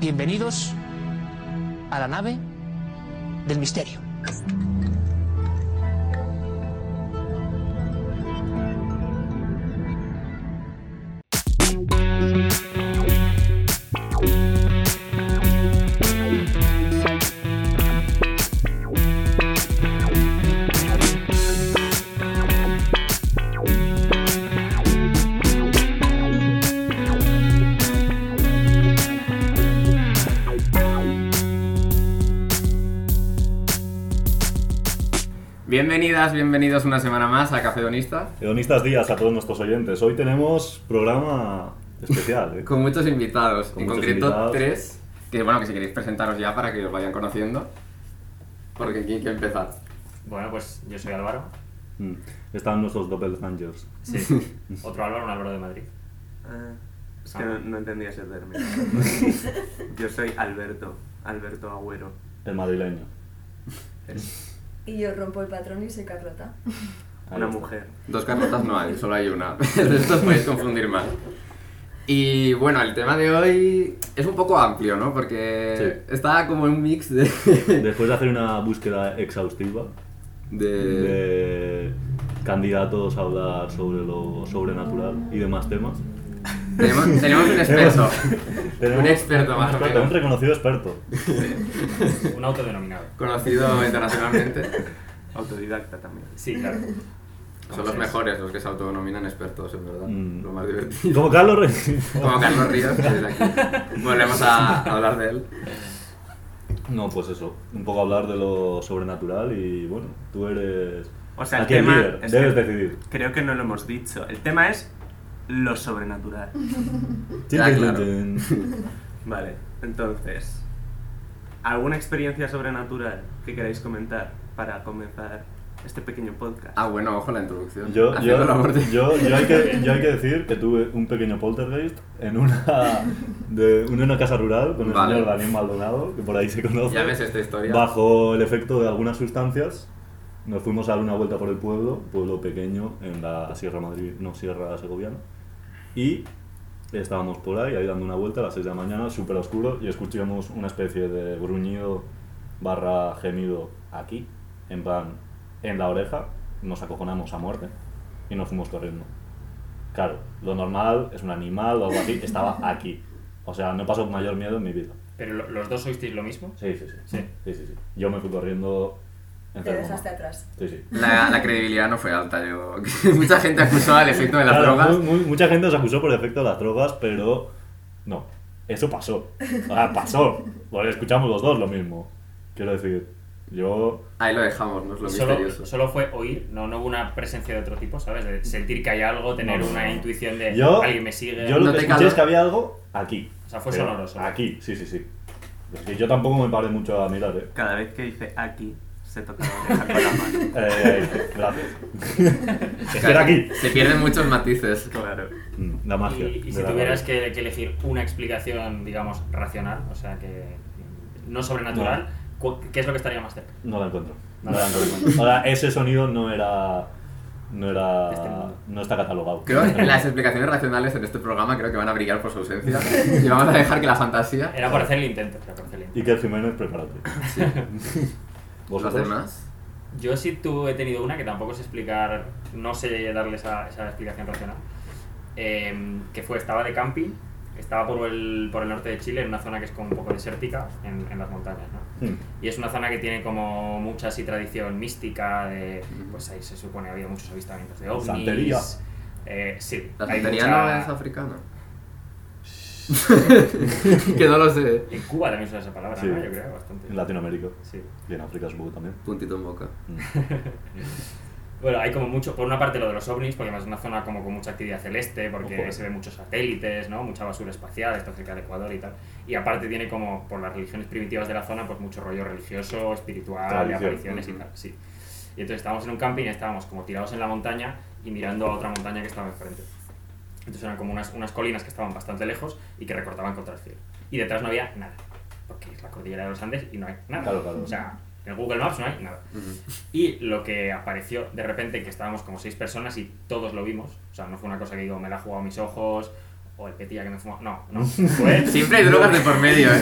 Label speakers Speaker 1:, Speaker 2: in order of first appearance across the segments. Speaker 1: Bienvenidos a la nave del misterio.
Speaker 2: Bienvenidas, bienvenidos una semana más a Cafedonistas.
Speaker 3: Hedonistas días a todos nuestros oyentes. Hoy tenemos programa especial. ¿eh?
Speaker 2: Con muchos invitados,
Speaker 3: Con
Speaker 2: en
Speaker 3: muchos
Speaker 2: concreto
Speaker 3: invitados.
Speaker 2: tres, que bueno, que si queréis presentaros ya para que os vayan conociendo, porque ¿quién quiere empezar?
Speaker 4: Bueno, pues yo soy Álvaro.
Speaker 3: Mm. Están nuestros doppelgangers.
Speaker 4: Sí. Otro Álvaro, un Álvaro de Madrid.
Speaker 5: Ah, es
Speaker 4: Ah.
Speaker 5: que no, no entendía ese término. Yo soy Alberto, Alberto Agüero.
Speaker 3: El madrileño.
Speaker 6: Y yo rompo el patrón y soy Carlota.
Speaker 3: Ahí
Speaker 5: una
Speaker 3: está.
Speaker 5: mujer.
Speaker 2: Dos Carlotas no hay, solo hay una. El resto os podéis confundir más. Y bueno, el tema de hoy es un poco amplio, ¿no? Porque
Speaker 3: Sí.
Speaker 2: está como un mix de,
Speaker 3: Después de hacer una búsqueda exhaustiva
Speaker 5: Eh.
Speaker 2: de...
Speaker 3: de candidatos a hablar sobre lo sobrenatural y demás temas.
Speaker 2: Tenemos, tenemos un experto.
Speaker 3: Tenemos
Speaker 2: Un experto, más o
Speaker 3: experto,
Speaker 2: menos.
Speaker 3: Un reconocido experto.
Speaker 4: Un autodenominado.
Speaker 2: Conocido internacionalmente.
Speaker 5: Autodidacta también.
Speaker 4: Sí, claro.
Speaker 2: Son los mejores los que se autonominan expertos, en verdad.
Speaker 3: Mm.
Speaker 2: Lo más divertido.
Speaker 3: Como Carlos Reyes.
Speaker 2: Como Carlos Ríos, que es de aquí. Volvemos a hablar de él.
Speaker 3: No, pues eso. Un poco hablar de lo sobrenatural y bueno, tú eres.
Speaker 5: O sea, el
Speaker 3: aquí
Speaker 5: tema
Speaker 3: líder.
Speaker 5: es
Speaker 3: Debes
Speaker 5: que-
Speaker 3: decidir.
Speaker 5: Creo que no lo hemos dicho. El tema es lo sobrenatural.
Speaker 2: Ya,
Speaker 3: Tin, tin,
Speaker 2: claro.
Speaker 3: tin, tin.
Speaker 5: Vale, entonces, ¿alguna experiencia sobrenatural que queráis comentar para comenzar este pequeño podcast?
Speaker 2: Ah, bueno, ojo la introducción.
Speaker 3: Yo,
Speaker 2: Haciendo
Speaker 3: yo,
Speaker 2: la muerte.
Speaker 3: yo, yo hay que, yo hay que decir que tuve un pequeño poltergeist en una, de, en una casa rural con el
Speaker 2: Vale.
Speaker 3: señor Daniel Maldonado, que por ahí se conoce.
Speaker 2: Ya ves esta historia.
Speaker 3: Bajo el efecto de algunas sustancias, nos fuimos a dar una vuelta por el pueblo, pueblo pequeño en la Sierra Madrid, no Sierra Segoviana, y estábamos por ahí, ahí dando una vuelta a las 6 de la mañana, súper oscuro, y escuchamos una especie de gruñido barra gemido aquí, en plan, en la oreja, nos acojonamos a muerte y nos fuimos corriendo. Claro, lo normal es un animal o algo así, estaba aquí. O sea, no pasó mayor miedo en mi vida.
Speaker 4: Pero lo- los dos oísteis lo mismo.
Speaker 3: Sí, sí, sí.
Speaker 4: Sí.
Speaker 3: Sí, sí, sí. Yo me fui corriendo en
Speaker 6: Te dejaste atrás.
Speaker 3: Sí, sí.
Speaker 2: La, la credibilidad no fue alta. Yo... Mucha gente acusó al efecto de las
Speaker 3: Claro,
Speaker 2: drogas.
Speaker 3: mu- mu- mucha gente os acusó por el efecto de las drogas, pero no. Eso pasó. O sea, pasó. Bueno, escuchamos los dos lo mismo. Quiero decir, yo.
Speaker 2: Ahí lo dejamos, no es lo misterioso.
Speaker 4: Solo, solo fue oír, no, no hubo una presencia de otro tipo, ¿sabes? De sentir que hay algo, tener
Speaker 3: No, no,
Speaker 4: una
Speaker 3: no.
Speaker 4: intuición de
Speaker 3: Yo,
Speaker 4: Eh, alguien me sigue.
Speaker 3: yo lo
Speaker 2: No
Speaker 3: que
Speaker 2: te
Speaker 3: escuché
Speaker 2: caló.
Speaker 3: es que había algo aquí.
Speaker 4: O sea, fue
Speaker 3: Pero
Speaker 4: sonoro, sonoro.
Speaker 3: Aquí, sí, sí, sí. Es que yo tampoco me paré mucho a mirar, eh.
Speaker 5: Cada vez que dice aquí, se toca la oreja con la mano.
Speaker 3: Eh, eh, eh, gracias. es que era aquí.
Speaker 2: Se pierden muchos matices.
Speaker 5: Claro.
Speaker 3: Mm, La
Speaker 4: Y-
Speaker 3: magia.
Speaker 4: Y,
Speaker 3: de
Speaker 4: si
Speaker 3: la
Speaker 4: tuvieras
Speaker 3: radio.
Speaker 4: que, que elegir una explicación, digamos, racional, o sea, que no sobrenatural, cu- ¿qué es lo que estaría más cerca?
Speaker 3: No la encuentro. No
Speaker 4: Vale.
Speaker 3: la encuentro. Ahora, ese sonido no era. No era.
Speaker 4: Este mundo.
Speaker 3: no está catalogado.
Speaker 2: Creo que las explicaciones racionales en este programa creo que van a brillar por su ausencia. Y vamos a dejar que la fantasía.
Speaker 4: Era por hacer el intento. era por hacer el intento.
Speaker 3: Y que Jiménez, prepárate.
Speaker 2: ¿Los
Speaker 3: ¿Vosotros?
Speaker 2: demás?
Speaker 4: Yo sí tuve, he tenido una que tampoco sé explicar, no sé darle esa, esa explicación racional, eh, que fue, estaba de camping, estaba por el, por el norte de Chile, en una zona que es como un poco desértica, en, en las montañas, ¿no?
Speaker 3: Hmm.
Speaker 4: Y es una zona que tiene como mucha así tradición mística, de, pues ahí se supone había muchos avistamientos de ovnis.
Speaker 3: Santería.
Speaker 4: Eh, sí.
Speaker 2: La
Speaker 4: hay
Speaker 2: santería
Speaker 4: mucha-
Speaker 2: no es africana. que no lo sé.
Speaker 4: En Cuba también se usa esa palabra,
Speaker 3: Sí.
Speaker 4: ¿no? Yo creo, bastante.
Speaker 3: En Latinoamérica.
Speaker 4: Sí.
Speaker 3: Y en África supongo también. Hmm.
Speaker 2: Puntito en boca.
Speaker 4: Bueno, hay como mucho, por una parte lo de los ovnis, porque además es una zona como con mucha actividad celeste, porque
Speaker 3: Ojo, eh.
Speaker 4: se ven muchos satélites, ¿no? Mucha basura espacial, está cerca del Ecuador y tal. Y aparte tiene como, por las religiones primitivas de la zona, pues mucho rollo religioso, espiritual, de
Speaker 3: Tradición.
Speaker 4: apariciones y
Speaker 2: Ujú.
Speaker 4: tal, sí. Y entonces estábamos en un camping, estábamos como tirados en la montaña y mirando a otra montaña que estaba enfrente. Entonces eran como unas, unas colinas que estaban bastante lejos y que recortaban contra el cielo. Y detrás no había nada, porque es la cordillera de los Andes y no hay nada.
Speaker 3: Claro, claro.
Speaker 4: O sea, en Google Maps no hay nada. Y lo que apareció de repente, que estábamos como seis personas y todos lo vimos, o sea, no fue una cosa que digo, me la ha jugado mis ojos o el petilla que me fumaba. No, no. Fue,
Speaker 2: Siempre hay drogas de por medio, ¿eh?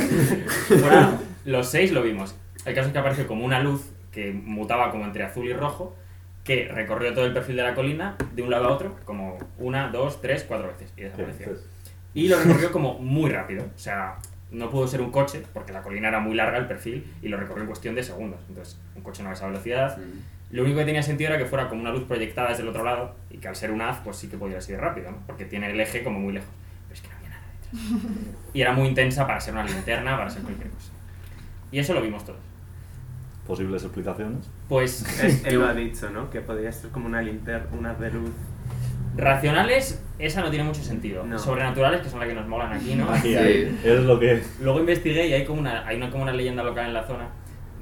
Speaker 4: fueron- los seis lo vimos. El caso es que apareció como una luz que mutaba como entre azul y rojo, que recorrió todo el perfil de la colina de un lado a otro, como una, dos, tres, cuatro veces, y desapareció. Y lo recorrió como muy rápido. O sea, no pudo ser un coche, porque la colina era muy larga, el perfil, y lo recorrió en cuestión de segundos. Entonces, un coche no a esa velocidad.
Speaker 2: Mm.
Speaker 4: Lo único que tenía sentido era que fuera como una luz proyectada desde el otro lado, y que al ser un haz, pues sí que podía ir así de rápido, ¿no? Porque tiene el eje como muy lejos. Pero es que no había nada detrás. Y era muy intensa para ser una linterna, para ser cualquier cosa. Y eso lo vimos todos.
Speaker 3: Posibles explicaciones.
Speaker 4: Pues
Speaker 5: Él, él lo ha dicho, ¿no? Que podría ser como una linterna, una de luz.
Speaker 4: racionales, esa no tiene mucho sentido.
Speaker 5: No.
Speaker 4: Sobrenaturales, que son las que nos molan aquí, ¿no?
Speaker 3: Aquí hay. Es lo que es.
Speaker 4: Luego investigué y hay como una, hay una, como una leyenda local en la zona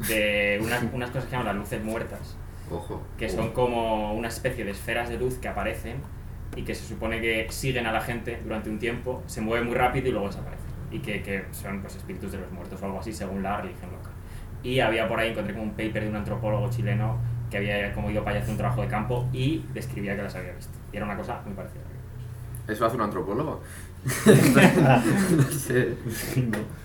Speaker 4: de unas, unas cosas que llaman las luces muertas,
Speaker 2: Ojo.
Speaker 4: que son como una especie de esferas de luz que aparecen y que se supone que siguen a la gente durante un tiempo, se mueven muy rápido y luego desaparecen. Y que, que son pues, espíritus de los muertos o algo así, según la religión local. Y había por ahí, encontré como un paper de un antropólogo chileno que había como ido para allá a hacer un trabajo de campo y describía que las había visto. Y era una cosa muy parecida.
Speaker 2: ¿Eso hace un antropólogo? no sé.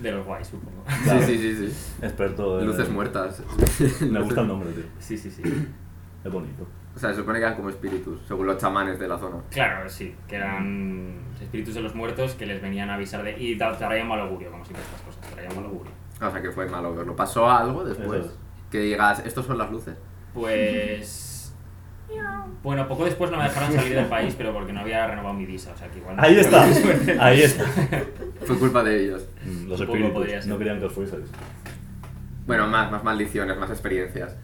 Speaker 4: De los guays, supongo.
Speaker 2: Sí, sí, sí, sí.
Speaker 3: Experto de.
Speaker 2: Luces muertas.
Speaker 3: Me gusta el nombre, tío.
Speaker 4: Sí, sí, sí.
Speaker 3: Es bonito.
Speaker 2: O sea, se supone que eran como espíritus, según los chamanes de la zona.
Speaker 4: Claro, sí, que eran espíritus de los muertos que les venían a avisar de... Y tra- traían mal augurio, como siempre estas cosas, traían mal augurio.
Speaker 2: O sea, que fue malo verlo. ¿Pasó algo después?
Speaker 3: Eso es.
Speaker 2: Que digas, estos son las luces.
Speaker 4: Pues... Bueno, poco después no me dejaron salir del país, pero porque no había renovado mi visa, o sea que igual... no-
Speaker 2: Ah.
Speaker 3: Ahí está. Ahí está.
Speaker 2: Fue culpa de ellos.
Speaker 3: Mm, Los
Speaker 4: Supongo podría
Speaker 3: espíritus
Speaker 4: ser.
Speaker 3: no querían que os fueseis.
Speaker 2: Bueno, más, más maldiciones, más experiencias.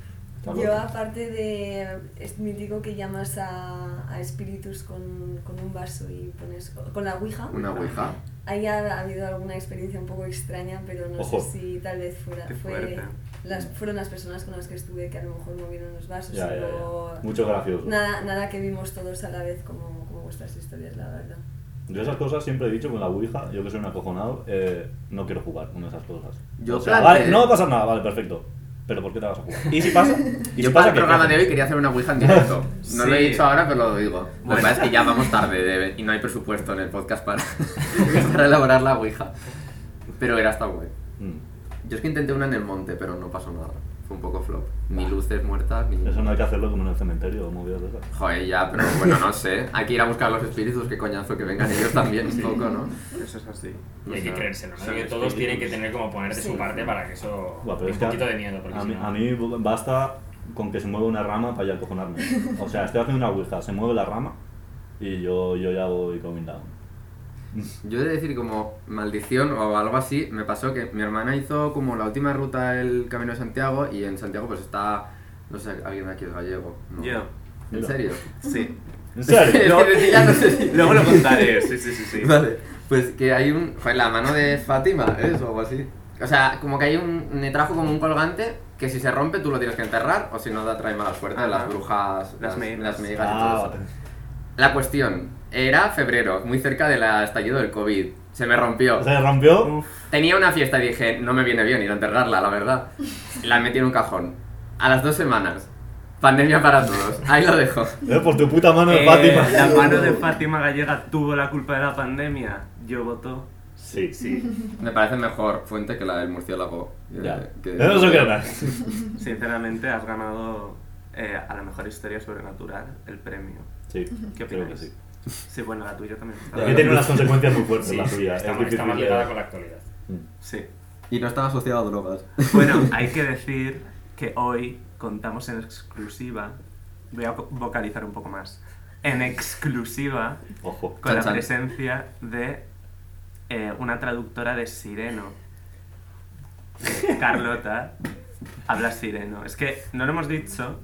Speaker 6: Yo, aparte de. Es mítico que llamas a, a espíritus con, con un vaso y pones. con la ouija.
Speaker 2: Una ouija.
Speaker 6: Ahí ha, ha habido alguna experiencia un poco extraña, pero no
Speaker 3: Ojo.
Speaker 6: sé si tal vez fuera,
Speaker 5: Qué
Speaker 6: fue,
Speaker 5: fuerte.
Speaker 6: las, fueron las personas con las que estuve que a lo mejor movieron los vasos.
Speaker 3: Ya, ya,
Speaker 6: pero
Speaker 3: ya. Mucho gracioso.
Speaker 6: Nada, nada que vimos todos a la vez como, como vuestras historias, la verdad.
Speaker 3: Yo esas cosas siempre he dicho con la Ouija, yo que soy un acojonado, eh, no quiero jugar con esas cosas.
Speaker 2: Yo
Speaker 3: O sea,
Speaker 2: planteé-
Speaker 3: vale, no va a pasar nada, vale, perfecto. Pero ¿por qué te vas a jugar? ¿Y si pasa? ¿Y
Speaker 2: Yo para
Speaker 3: si pasa
Speaker 2: el
Speaker 3: qué?
Speaker 2: programa de hoy quería hacer una Ouija en directo. No lo he
Speaker 5: Sí.
Speaker 2: dicho ahora, pero lo digo. Lo que
Speaker 5: Bueno.
Speaker 2: pasa es que ya vamos tarde de- y no hay presupuesto en el podcast para, para elaborar la Ouija. Pero era hasta guay.
Speaker 3: Mm,
Speaker 2: Yo es que intenté una en el monte, pero no pasó nada. Fue un poco flop. Ni luces muertas, ni...
Speaker 3: Eso no hay que hacerlo como en el cementerio o movidas de esas.
Speaker 2: Joder, ya, pero bueno, no sé. Hay que ir a buscar los espíritus, qué coñazo, que vengan ellos también un poco, ¿no?
Speaker 5: Eso es así.
Speaker 4: Y hay que creérselo, ¿no?
Speaker 5: son
Speaker 4: Que todos
Speaker 5: espíritus.
Speaker 4: tienen que tener como poner de su
Speaker 6: Sí.
Speaker 4: parte para que eso...
Speaker 3: Buah, pero
Speaker 4: un
Speaker 3: es que
Speaker 4: poquito de miedo, porque
Speaker 3: a,
Speaker 4: si
Speaker 3: mí,
Speaker 4: no-
Speaker 3: a mí basta con que se mueva una rama para ya acojonarme. O sea, estoy haciendo una Ouija, se mueve la rama y yo, yo ya voy coming down.
Speaker 2: Yo he de decir como maldición o algo así, me pasó que mi hermana hizo como la última ruta del Camino de Santiago y en Santiago pues está, no sé, alguien de aquí es gallego. ¿no?
Speaker 5: Yo.
Speaker 2: ¿En serio?
Speaker 5: Sí.
Speaker 3: ¿En
Speaker 2: Es que
Speaker 3: serio?
Speaker 2: decía, no sé si-
Speaker 5: Luego lo contaré, sí, sí, sí. sí.
Speaker 2: Vale, pues que hay un... Joder, la mano de Fátima, eso, o algo así. O sea, como que hay un... Me trajo como un colgante que si se rompe tú lo tienes que enterrar o si no te trae mala suerte
Speaker 5: Ajá.
Speaker 2: las brujas,
Speaker 5: Las meigas.
Speaker 2: las meigas y todo
Speaker 3: Ah,
Speaker 2: eso. La cuestión, era febrero, muy cerca del estallido del COVID. Se me rompió.
Speaker 3: se rompió.
Speaker 5: Uf,
Speaker 2: Tenía una fiesta y dije, no me viene bien ir a enterrarla, la verdad. La metí en un cajón. A las dos semanas. Pandemia para todos. Ahí lo dejo.
Speaker 3: Eh, por tu puta mano de
Speaker 5: eh,
Speaker 3: Fátima.
Speaker 5: la mano de Fátima Gallega tuvo la culpa de la pandemia. Yo voto.
Speaker 3: Sí, sí.
Speaker 2: Me parece mejor fuente que la del murciélago. eh,
Speaker 3: Ya.
Speaker 2: que-
Speaker 3: Eso quiero hablar.
Speaker 5: Sinceramente, has ganado eh, a la mejor historia sobrenatural el premio.
Speaker 3: Sí,
Speaker 5: ¿Qué
Speaker 3: creo que
Speaker 5: opináis?
Speaker 3: sí.
Speaker 5: Sí, bueno, la tuya también. está
Speaker 3: Es que
Speaker 5: bien.
Speaker 3: tiene unas consecuencias muy fuertes
Speaker 4: Sí,
Speaker 3: la suya.
Speaker 4: está,
Speaker 3: es
Speaker 4: más- está
Speaker 3: difícil
Speaker 4: más
Speaker 3: de- Mm,
Speaker 4: ligada con la actualidad.
Speaker 5: Sí.
Speaker 2: Y no estaba asociado a drogas.
Speaker 5: Bueno, hay que decir que hoy contamos en exclusiva. Voy a vocalizar un poco más. En exclusiva
Speaker 3: Ojo.
Speaker 5: con la
Speaker 2: Chan, chan.
Speaker 5: presencia de eh, una traductora de sireno. Carlota habla sireno. Es que no lo hemos dicho,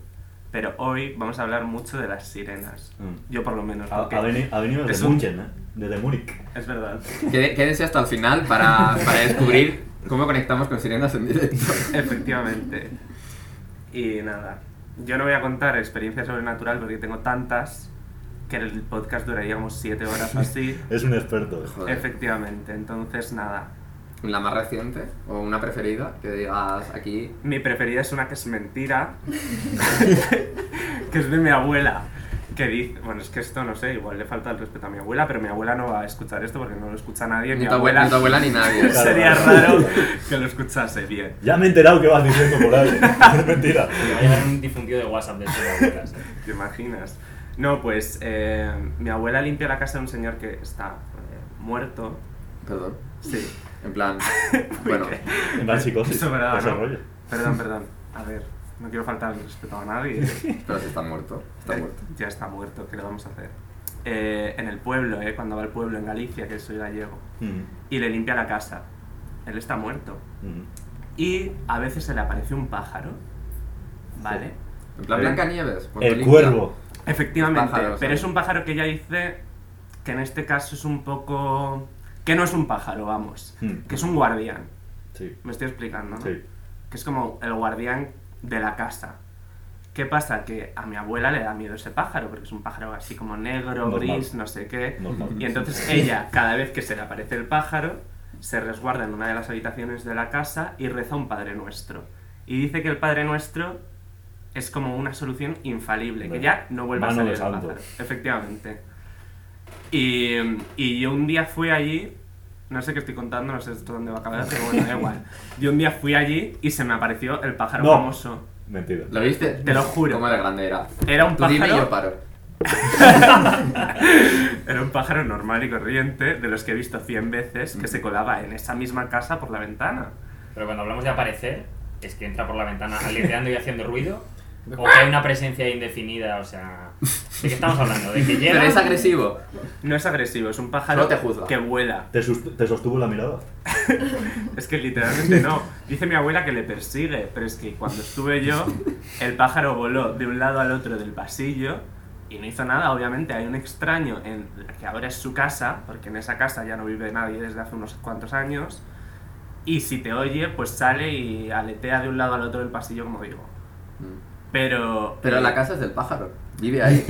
Speaker 5: pero hoy vamos a hablar mucho de las sirenas.
Speaker 3: Mm.
Speaker 5: Yo por lo menos.
Speaker 3: Ha,
Speaker 5: porque
Speaker 3: ha veni- ha venido
Speaker 5: Ah, Es
Speaker 3: desde
Speaker 5: un-
Speaker 3: München, ¿eh? Desde Múnich.
Speaker 5: Es verdad.
Speaker 2: Quede- Quédense hasta el final para, para descubrir cómo conectamos con sirenas en directo.
Speaker 5: Efectivamente. Y nada, yo no voy a contar experiencia sobrenatural porque tengo tantas que el podcast duraría como 7 horas o así.
Speaker 3: Es un experto. eh.
Speaker 2: Joder.
Speaker 5: Efectivamente, entonces nada.
Speaker 2: La más reciente o una preferida que digas aquí.
Speaker 5: Mi preferida es una que es mentira, que es de mi abuela. que dice, bueno, es que esto no sé, igual le falta el respeto a mi abuela, pero mi abuela no va a escuchar esto porque no lo escucha nadie.
Speaker 2: Ni
Speaker 5: mi
Speaker 2: tu abuela, ni tu abuela ni nadie.
Speaker 5: Sería raro que lo escuchase bien.
Speaker 3: Ya me he enterado que vas diciendo por ahí. Es mentira.
Speaker 4: Que va a llegar un difundido de WhatsApp de estas abuelas. ¿eh?
Speaker 5: ¿Te imaginas? No, pues eh, mi abuela limpia la casa de un señor que está eh, muerto.
Speaker 2: Perdón.
Speaker 5: Sí.
Speaker 2: En plan. Bueno.
Speaker 3: En plan psicosis.
Speaker 5: Eso me da,
Speaker 3: ese
Speaker 5: ¿no?
Speaker 3: rollo.
Speaker 5: Perdón, perdón. A ver, no quiero faltar el respeto a nadie.
Speaker 2: Pero si está muerto. Está
Speaker 5: Eh,
Speaker 2: muerto.
Speaker 5: Ya está muerto, ¿qué le vamos a hacer? Eh, en el pueblo, eh, cuando va al pueblo, en Galicia, que soy gallego,
Speaker 3: Mm,
Speaker 5: y le limpia la casa. Él está muerto.
Speaker 3: mm.
Speaker 5: Y a veces se le aparece un pájaro, ¿vale?
Speaker 2: En plan
Speaker 3: Eh,
Speaker 2: Blancanieves. cuando
Speaker 3: El
Speaker 2: limpia.
Speaker 3: cuervo.
Speaker 5: Efectivamente,
Speaker 2: Pájaros,
Speaker 5: pero
Speaker 2: ¿eh?
Speaker 5: es un pájaro que ya dice que en este caso es un poco... que no es un pájaro, vamos,
Speaker 3: Hmm.
Speaker 5: que es un guardián.
Speaker 3: Sí.
Speaker 5: Me estoy explicando, ¿no?
Speaker 3: Sí.
Speaker 5: Que es como el guardián de la casa. ¿Qué pasa? Que a mi abuela le da miedo ese pájaro, porque es un pájaro así como negro,
Speaker 3: Normal.
Speaker 5: gris, no sé qué.
Speaker 3: Normal.
Speaker 5: Y entonces ella, cada vez que se le aparece el pájaro, se resguarda en una de las habitaciones de la casa y reza un Padre Nuestro. Y dice que el Padre Nuestro es como una solución infalible, que
Speaker 3: Bueno,
Speaker 5: ya no vuelve
Speaker 3: mano
Speaker 5: a
Speaker 3: de
Speaker 5: salir el
Speaker 3: santo.
Speaker 5: pájaro. Efectivamente. Y, y yo un día fui allí, no sé qué estoy contando, no sé esto dónde va a acabar, pero bueno, da igual. Yo un día fui allí y se me apareció el pájaro
Speaker 3: No.
Speaker 5: famoso.
Speaker 3: Mentira.
Speaker 2: ¿Lo viste?
Speaker 5: Te lo juro.
Speaker 2: Cómo de grande era.
Speaker 5: Era un
Speaker 2: Tú dime y
Speaker 5: pájaro.
Speaker 2: yo paro.
Speaker 5: Era un pájaro normal y corriente, de los que he visto 100 veces, que se colaba en esa misma casa por la ventana.
Speaker 4: Pero cuando hablamos de aparecer, es que entra por la ventana aleteando y haciendo ruido, o que hay una presencia indefinida, o sea... ¿De qué estamos hablando? ¿De que
Speaker 2: Pero
Speaker 4: llega?
Speaker 2: es agresivo.
Speaker 5: No es agresivo, es un pájaro
Speaker 2: Solo te juzga.
Speaker 5: que vuela.
Speaker 3: ¿Te, sus- te sostuvo la mirada?
Speaker 5: Es que literalmente no. Dice mi abuela que le persigue, pero es que cuando estuve yo, el pájaro voló de un lado al otro del pasillo y no hizo nada. Obviamente hay un extraño en la que ahora es su casa, porque en esa casa ya no vive nadie desde hace unos cuantos años. Y si te oye, pues sale y aletea de un lado al otro del pasillo, como digo. Pero...
Speaker 2: Pero la casa es del pájaro. Vive ahí.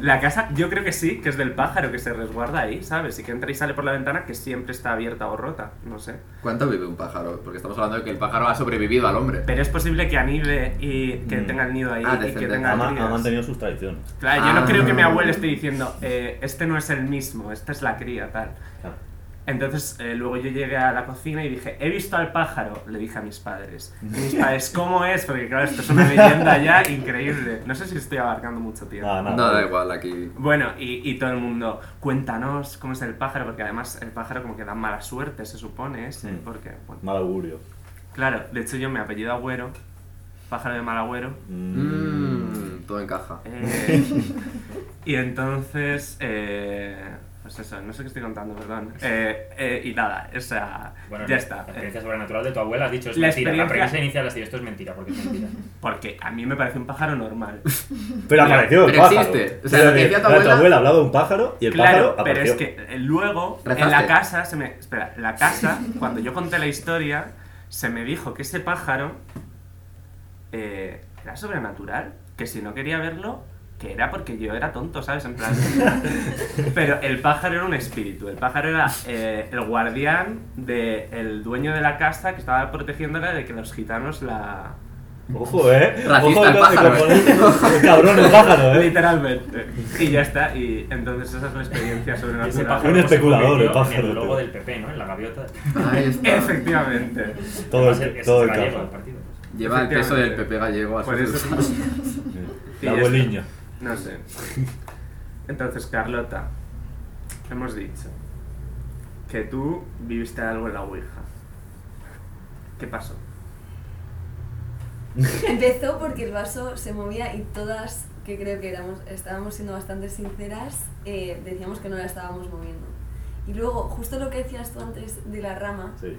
Speaker 5: La casa, yo creo que sí, que es del pájaro que se resguarda ahí, ¿sabes? Y que entra y sale por la ventana que siempre está abierta o rota, no sé.
Speaker 2: ¿Cuánto vive un pájaro? Porque estamos hablando de que el pájaro ha sobrevivido al hombre.
Speaker 5: Pero es posible que anive y que
Speaker 3: Mm.
Speaker 5: tenga el nido ahí
Speaker 2: Ah,
Speaker 5: y que
Speaker 2: descendente.
Speaker 5: tenga
Speaker 3: Ha, ma- ha
Speaker 5: crías.
Speaker 3: mantenido sus tradiciones.
Speaker 5: Claro, yo no
Speaker 2: Ah.
Speaker 5: creo que mi abuelo esté diciendo, eh, este no es el mismo, esta es la cría, tal.
Speaker 3: Claro.
Speaker 5: Entonces, eh, luego yo llegué a la cocina y dije, he visto al pájaro, le dije a mis padres. Y mis padres, ¿cómo es? Porque claro, esto es una leyenda ya increíble. No sé si estoy abarcando mucho tiempo.
Speaker 3: Nada, nada.
Speaker 2: Ah, No, da igual, aquí.
Speaker 5: Bueno, y, y todo el mundo, cuéntanos cómo es el pájaro, porque además el pájaro como que da mala suerte, se supone, ese,
Speaker 3: Mm.
Speaker 5: porque, bueno,
Speaker 3: Mal augurio.
Speaker 5: claro, de hecho yo me apellido Agüero, pájaro de mal agüero,
Speaker 3: Mm.
Speaker 2: Mmm, todo encaja.
Speaker 5: eh, y entonces, eh, pues eso, no sé qué estoy contando, perdón, Eh, eh, y nada, o sea,
Speaker 4: Bueno,
Speaker 5: ya
Speaker 4: no,
Speaker 5: está,
Speaker 4: La
Speaker 5: Eh,
Speaker 4: experiencia sobrenatural de tu abuela, has dicho, es
Speaker 5: La
Speaker 4: mentira. La
Speaker 5: experiencia-
Speaker 4: premisa inicial has dicho, esto es mentira, porque es mentira.
Speaker 5: porque a mí me parece un pájaro normal.
Speaker 3: Pero apareció el
Speaker 2: pero
Speaker 3: pájaro.
Speaker 2: existe. O sea, lo que decía tu
Speaker 3: claro,
Speaker 2: abuela-
Speaker 3: abuela hablaba de un pájaro y el
Speaker 5: Claro,
Speaker 3: pájaro
Speaker 5: pero
Speaker 3: apareció.
Speaker 5: es que eh, luego en
Speaker 2: Rezaste.
Speaker 5: la casa se me espera, la casa cuando yo conté la historia se me dijo que ese pájaro eh, era sobrenatural, que si no quería verlo que era porque yo era tonto, ¿sabes? En plan. Pero el pájaro era un espíritu. El pájaro era eh, el guardián del dueño de la casa que estaba protegiéndola de que los gitanos la.
Speaker 3: Ojo, eh.
Speaker 2: Racista
Speaker 3: Ojo
Speaker 2: el
Speaker 3: con-
Speaker 2: pájaro,
Speaker 3: con-
Speaker 2: eh.
Speaker 3: con- el cabrón, el pájaro, eh.
Speaker 5: Literalmente. Y ya está. Y entonces esa es la experiencia
Speaker 4: Ese
Speaker 5: sobrenatural.
Speaker 4: pájaro
Speaker 3: Un
Speaker 4: no se
Speaker 3: especulador,
Speaker 4: convirtió
Speaker 3: el pájaro,
Speaker 4: En el logo
Speaker 3: tío.
Speaker 4: del PP, ¿no? En la gaviota.
Speaker 2: Ahí está.
Speaker 5: Efectivamente.
Speaker 3: Todo
Speaker 4: Además,
Speaker 3: el,
Speaker 4: es
Speaker 3: todo el
Speaker 4: gallego
Speaker 3: caja.
Speaker 4: del partido. pues.
Speaker 2: Lleva el peso del
Speaker 5: Efectivamente.
Speaker 2: PP gallego a
Speaker 5: Por
Speaker 2: sus
Speaker 5: eso-
Speaker 2: espaldas.
Speaker 5: Sí,
Speaker 3: La
Speaker 5: ya
Speaker 3: abueliña.
Speaker 5: No sé. Entonces, Carlota, hemos dicho que tú viviste algo en la Ouija. ¿Qué pasó?
Speaker 6: Empezó porque el vaso se movía y todas, que creo que éramos, estábamos siendo bastante sinceras, eh, decíamos que no la estábamos moviendo. Y luego, justo lo que decías tú antes de la rama,
Speaker 3: Sí.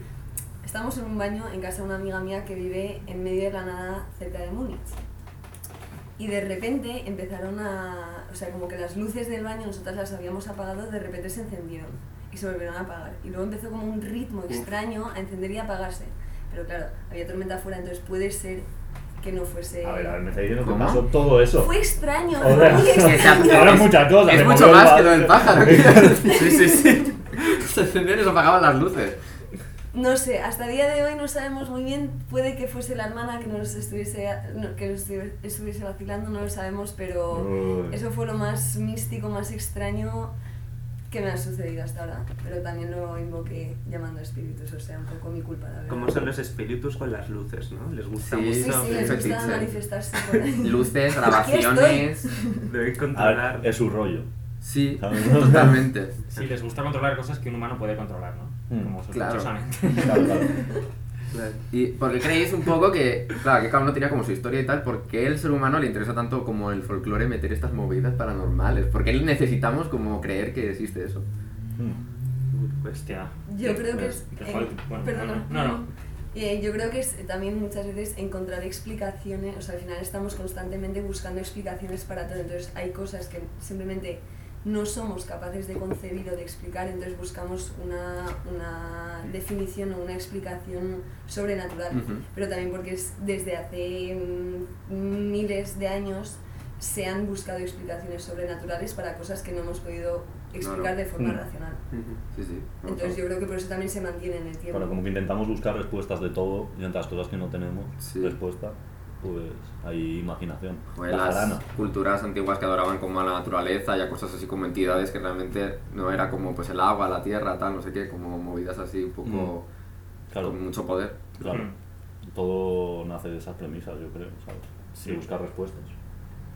Speaker 6: estábamos en un baño en casa de una amiga mía que vive en medio de la nada cerca de Múnich. Y de repente empezaron a... O sea, como que las luces del baño nosotras las habíamos apagado, de repente se encendieron y se volvieron a apagar. Y luego empezó como un ritmo extraño a encender y a apagarse. Pero claro, había tormenta afuera, entonces puede ser que no fuese...
Speaker 3: A ver, a ver, me está diciendo que
Speaker 2: ¿Cómo?
Speaker 3: pasó todo eso.
Speaker 6: Fue extraño, fue
Speaker 3: Ahora,
Speaker 6: muy extraño.
Speaker 3: ahora es muchas cosas.
Speaker 2: Es
Speaker 3: me
Speaker 2: mucho
Speaker 3: movió el
Speaker 2: más
Speaker 3: ba-
Speaker 2: que lo del pájaro.
Speaker 5: Sí, sí, sí.
Speaker 2: Se encendieron y se apagaban las luces.
Speaker 6: No sé, hasta día de hoy no sabemos muy bien, puede que fuese la hermana que nos estuviese, no, que nos estu- estuviese vacilando, no lo sabemos, pero
Speaker 3: Uy.
Speaker 6: eso fue lo más místico, más extraño que me ha sucedido hasta ahora, pero también lo invoqué llamando a espíritus, o sea, un poco mi culpa, la verdad.
Speaker 5: Como son los espíritus con las luces, ¿no? Les gusta
Speaker 2: Sí,
Speaker 6: Sí,
Speaker 5: mucho.
Speaker 6: sí, les
Speaker 2: Fetiche.
Speaker 6: gusta manifestarse por ahí.
Speaker 2: Luces,
Speaker 6: Aquí estoy.
Speaker 2: grabaciones.
Speaker 5: Deben
Speaker 3: A ver,
Speaker 5: controlar.
Speaker 3: es su rollo.
Speaker 2: Sí,
Speaker 3: ¿Sabes?
Speaker 2: totalmente.
Speaker 4: Sí, les gusta controlar cosas que un humano puede controlar, ¿no?
Speaker 3: Mm,
Speaker 4: Como
Speaker 2: claro.
Speaker 4: sospechosamente.
Speaker 3: Claro, claro.
Speaker 2: Y porque creéis un poco que, claro, que cada uno tenía como su historia y tal, porque el ser humano le interesa tanto como el folclore meter estas movidas paranormales, porque él necesitamos como creer que existe eso.
Speaker 3: Mm.
Speaker 5: Pues,
Speaker 4: Hostia.
Speaker 6: Yo creo que es...
Speaker 4: Pero,
Speaker 6: eh,
Speaker 4: joder, Pues, bueno,
Speaker 6: perdona.
Speaker 4: no, no, no.
Speaker 6: Eh, yo creo que es eh, también muchas veces encontrar explicaciones, o sea, al final estamos constantemente buscando explicaciones para todo, entonces hay cosas que simplemente no somos capaces de concebir o de explicar, entonces buscamos una, una definición o una explicación sobrenatural,
Speaker 2: Ujú.
Speaker 6: pero también porque es desde hace mm, miles de años se han buscado explicaciones sobrenaturales para cosas que no hemos podido explicar
Speaker 2: Claro.
Speaker 6: de forma
Speaker 3: Mm.
Speaker 6: racional.
Speaker 5: ujú.
Speaker 2: Sí, sí. me gusta.
Speaker 6: Entonces yo creo que por eso también se mantiene en el tiempo.
Speaker 3: Claro, como que intentamos buscar respuestas de todo y entre las cosas que no tenemos
Speaker 2: Sí.
Speaker 3: respuesta, pues hay imaginación.
Speaker 2: Joder,
Speaker 3: la
Speaker 2: las
Speaker 3: jarana.
Speaker 2: culturas antiguas que adoraban como a la naturaleza y a cosas así como entidades que realmente no era como pues el agua, la tierra, tal, no sé qué, como movidas así un poco
Speaker 3: Mm, Claro,
Speaker 2: con mucho poder.
Speaker 3: claro.
Speaker 4: Mm.
Speaker 3: Todo nace de esas premisas, yo creo, ¿sabes?
Speaker 4: Sí.
Speaker 3: De buscar respuestas.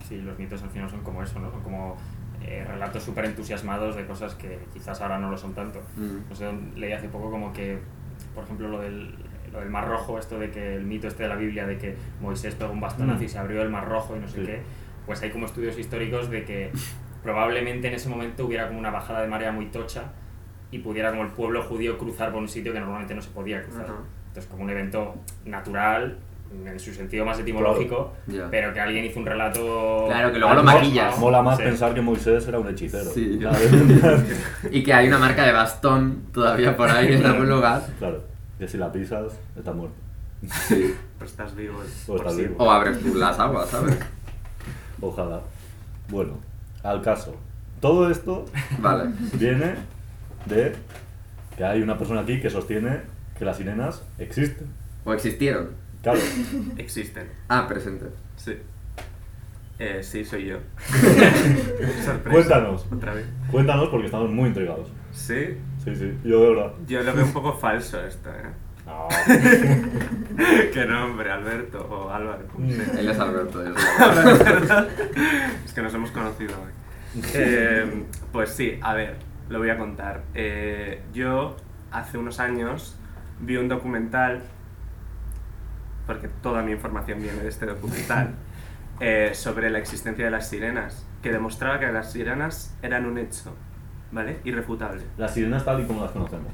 Speaker 4: Sí, los mitos al final son como eso, ¿no? Son como eh, relatos súper entusiasmados de cosas que quizás ahora no lo son tanto.
Speaker 2: Mm.
Speaker 4: No sé, leí hace poco como que, por ejemplo, lo del, lo del Mar Rojo, esto de que el mito este de la Biblia, de que Moisés pegó un bastonazo
Speaker 3: Mm.
Speaker 4: y se abrió el Mar Rojo y no sé
Speaker 3: Sí.
Speaker 4: qué, pues hay como estudios históricos de que probablemente en ese momento hubiera como una bajada de marea muy tocha y pudiera como el pueblo judío cruzar por un sitio que normalmente no se podía cruzar.
Speaker 5: Ajá.
Speaker 4: Entonces como un evento natural, en su sentido más etimológico,
Speaker 2: Ya.
Speaker 4: pero que alguien hizo un relato...
Speaker 2: Claro, que luego lo
Speaker 4: Mola-
Speaker 2: maquillas.
Speaker 3: Mola más
Speaker 4: Sí.
Speaker 3: pensar que Moisés era un hechicero.
Speaker 2: Sí.
Speaker 3: ¿sabes?
Speaker 2: Y que hay una marca de bastón todavía por ahí en algún lugar.
Speaker 3: claro, que si la pisas, está muerto.
Speaker 2: Sí.
Speaker 5: Pues estás vivo.
Speaker 3: O estás
Speaker 5: sí.
Speaker 3: vivo.
Speaker 2: O abres tú las aguas, ¿sabes?
Speaker 3: Ojalá. Bueno, al caso. Todo esto
Speaker 2: Vale.
Speaker 3: viene de que hay una persona aquí que sostiene que las sirenas existen.
Speaker 2: O existieron.
Speaker 3: Claro,
Speaker 5: Existen.
Speaker 2: Ah, presente.
Speaker 5: Sí. Eh, sí, soy yo. Sorpresa.
Speaker 3: Cuéntanos.
Speaker 5: Otra vez.
Speaker 3: cuéntanos porque estamos muy intrigados.
Speaker 5: Sí.
Speaker 3: Sí, sí, yo de verdad.
Speaker 5: Yo lo veo un poco falso esto, ¿eh?
Speaker 3: No.
Speaker 5: Qué nombre, Alberto o Álvaro. como sea.
Speaker 3: Mm.
Speaker 2: Él es Alberto. yo soy Alberto.
Speaker 5: es que nos hemos conocido hoy. Eh, pues sí, a ver, lo voy a contar. Eh, yo hace unos años vi un documental, porque toda mi información viene de este documental, eh, sobre la existencia de las sirenas, que demostraba que las sirenas eran un hecho, ¿vale? Irrefutable.
Speaker 3: Las sirenas tal y como las conocemos.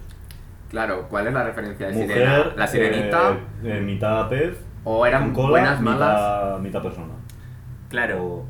Speaker 2: Claro, ¿cuál es la referencia de
Speaker 3: Mujer,
Speaker 2: sirena? ¿La sirenita?
Speaker 3: eh, eh, mitad pez,
Speaker 2: ¿O eran
Speaker 3: con cola,
Speaker 2: buenas,
Speaker 3: mitad,
Speaker 2: malas?
Speaker 3: mitad persona.
Speaker 5: Claro,
Speaker 3: O-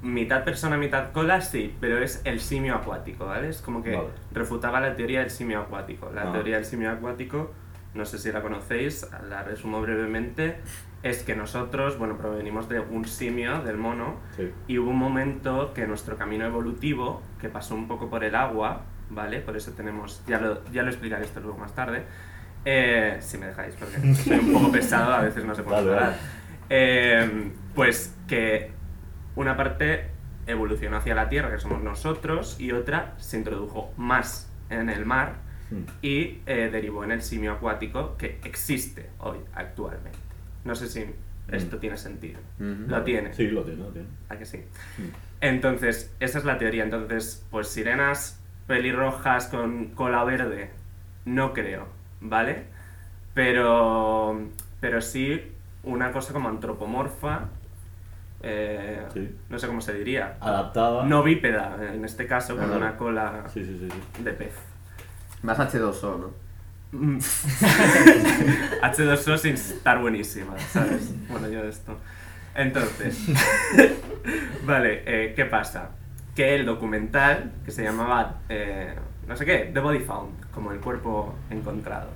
Speaker 5: mitad persona, mitad cola, sí, pero es el simio acuático, ¿vale? Es como que
Speaker 3: Vale.
Speaker 5: refutaba la teoría del simio acuático. La
Speaker 3: Ah.
Speaker 5: teoría del simio acuático, no sé si la conocéis, la resumo brevemente, es que nosotros, bueno, provenimos de un simio, del mono,
Speaker 3: sí.
Speaker 5: y hubo un momento que nuestro camino evolutivo, que pasó un poco por el agua, ¿vale? Por eso tenemos, ya lo, ya lo explicaré esto luego más tarde, eh, si me dejáis, porque soy un poco pesado, a veces no se puede
Speaker 3: Vale,
Speaker 5: parar.
Speaker 3: vale.
Speaker 5: Eh, pues que una parte evolucionó hacia la Tierra, que somos nosotros, y otra se introdujo más en el mar
Speaker 3: Mm.
Speaker 5: y eh, derivó en el simio acuático que existe hoy, actualmente. No sé si esto
Speaker 3: Mm.
Speaker 5: tiene sentido.
Speaker 2: Ujú.
Speaker 5: Lo tiene.
Speaker 3: Sí, lo tiene, lo tiene.
Speaker 5: ¿A que sí?
Speaker 3: Sí.
Speaker 5: Entonces, esa es la teoría. Entonces, pues sirenas pelirrojas con cola verde, no creo, ¿vale? Pero, pero sí una cosa como antropomorfa, eh,
Speaker 3: Sí.
Speaker 5: no sé cómo se diría,
Speaker 3: Adaptada.
Speaker 5: Ah. no bípeda, en este caso, con
Speaker 2: Ajá.
Speaker 5: una cola
Speaker 3: Sí, sí, sí. sí.
Speaker 5: de pez.
Speaker 2: Más H2O, ¿no?
Speaker 5: Mm. H2O sin estar buenísima, ¿sabes? Bueno, yo de esto. Entonces, vale, eh, ¿qué pasa? Que el documental, que se llamaba, eh, no sé qué, The Body Found, como el cuerpo encontrado.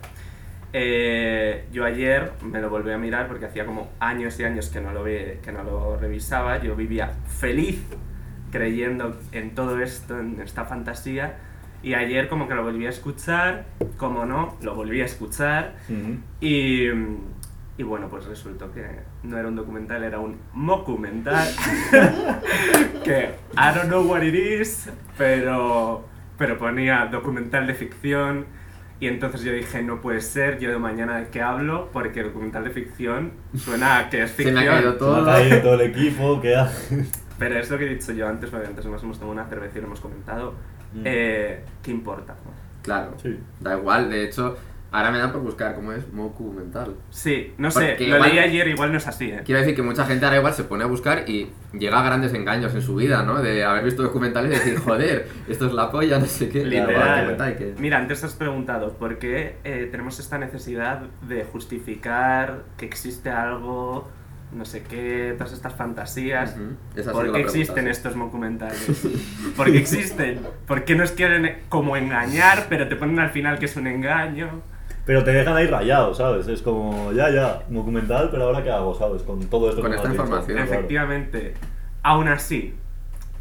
Speaker 5: Eh, yo ayer me lo volví a mirar porque hacía como años y años que no, lo ve- que no lo revisaba. Yo vivía feliz creyendo en todo esto, en esta fantasía. Y ayer como que lo volví a escuchar, como no, lo volví a escuchar.
Speaker 3: Ujú.
Speaker 5: Y, y bueno, pues resultó que no era un documental, era un mocumental. que I don't know what it is, pero, pero ponía documental de ficción. Y entonces yo dije, no puede ser, yo de mañana de qué hablo, porque documental de ficción suena a que es
Speaker 2: Se
Speaker 5: ficción.
Speaker 2: me ha caído
Speaker 3: Se me ha
Speaker 2: todo.
Speaker 3: caído todo el equipo, ¿qué haces?
Speaker 5: Pero es lo que he dicho yo antes, porque antes nos hemos tomado una cerveza y lo hemos comentado.
Speaker 3: Mm.
Speaker 5: Eh, ¿Qué importa? no?
Speaker 2: Claro.
Speaker 3: Sí.
Speaker 2: Da igual, de hecho, ahora me da por buscar cómo es Moku mental.
Speaker 5: Sí, no sé,
Speaker 2: Porque
Speaker 5: lo
Speaker 2: igual-
Speaker 5: leí ayer, igual no es así, ¿eh?
Speaker 2: Quiero decir que mucha gente ahora igual se pone a buscar y llega a grandes engaños en su vida, ¿no? De haber visto documentales y decir, joder, esto es la polla, no sé qué.
Speaker 5: Literal.
Speaker 2: Claro, vale, cuenta y que-
Speaker 5: Mira, antes has preguntado por qué eh, tenemos esta necesidad de justificar que existe algo, no sé qué, todas estas fantasías.
Speaker 2: Ujú, esa sí que
Speaker 5: ¿Por
Speaker 2: la
Speaker 5: qué
Speaker 2: pregunta,
Speaker 5: existen
Speaker 2: sí.
Speaker 5: estos documentales? ¿Por qué existen? ¿Por qué nos quieren como engañar, pero te ponen al final que es un engaño?
Speaker 3: Pero te dejan ahí rayado, ¿sabes? Es como, ya, ya, un documental, pero ahora qué hago, ¿sabes? Con todo esto
Speaker 2: Con
Speaker 3: que me
Speaker 2: esta
Speaker 3: has dicho,
Speaker 2: información,
Speaker 3: claro.
Speaker 5: Efectivamente. Aún así,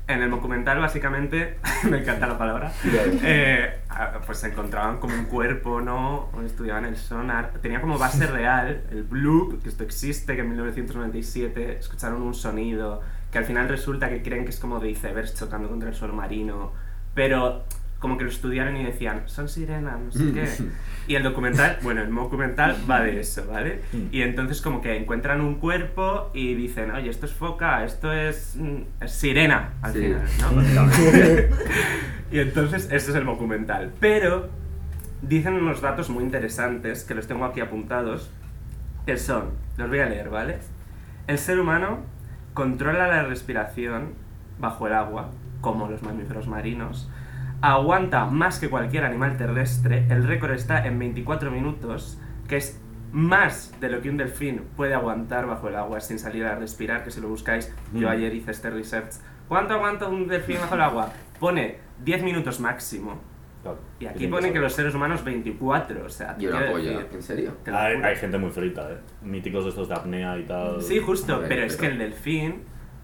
Speaker 5: en el documental básicamente, me encanta la palabra,
Speaker 3: Claro.
Speaker 5: eh, ah, pues se encontraban como un cuerpo, ¿no? O Estudiaban el sonar. Tenía como base real el bloop, que esto existe, que en 1997 escucharon un sonido, que al final resulta que creen que es como de icebergs chocando contra el suelo marino, pero como que lo estudiaron y decían, son sirenas, no sé qué. Y el documental, bueno, el documental va de eso, ¿vale?
Speaker 3: Mm.
Speaker 5: Y entonces como que encuentran un cuerpo y dicen, oye, esto es foca, esto es, mm, es sirena, al
Speaker 2: Sí.
Speaker 5: final, ¿no? y entonces este es el documental. Pero dicen unos datos muy interesantes, que los tengo aquí apuntados, que son, los voy a leer, ¿vale? El ser humano controla la respiración bajo el agua, como los mamíferos marinos, aguanta más que cualquier animal terrestre, el récord está en 24 minutos, que es más de lo que un delfín puede aguantar bajo el agua sin salir a respirar, que si lo buscáis, yo
Speaker 3: Mm.
Speaker 5: ayer hice este research. ¿Cuánto aguanta un delfín bajo el agua? Pone 10 minutos máximo.
Speaker 3: Claro.
Speaker 5: Y aquí
Speaker 3: Tienen
Speaker 5: pone que
Speaker 3: saber.
Speaker 5: los seres humanos 24, o sea,
Speaker 2: Y una
Speaker 5: quiero
Speaker 2: polla,
Speaker 5: decir,
Speaker 2: en serio.
Speaker 5: te lo
Speaker 3: Hay,
Speaker 5: juro.
Speaker 3: hay gente muy frita, ¿eh? Míticos estos de apnea y tal.
Speaker 5: Sí, justo,
Speaker 2: Hombre,
Speaker 5: pero es que
Speaker 2: pero-
Speaker 5: el delfín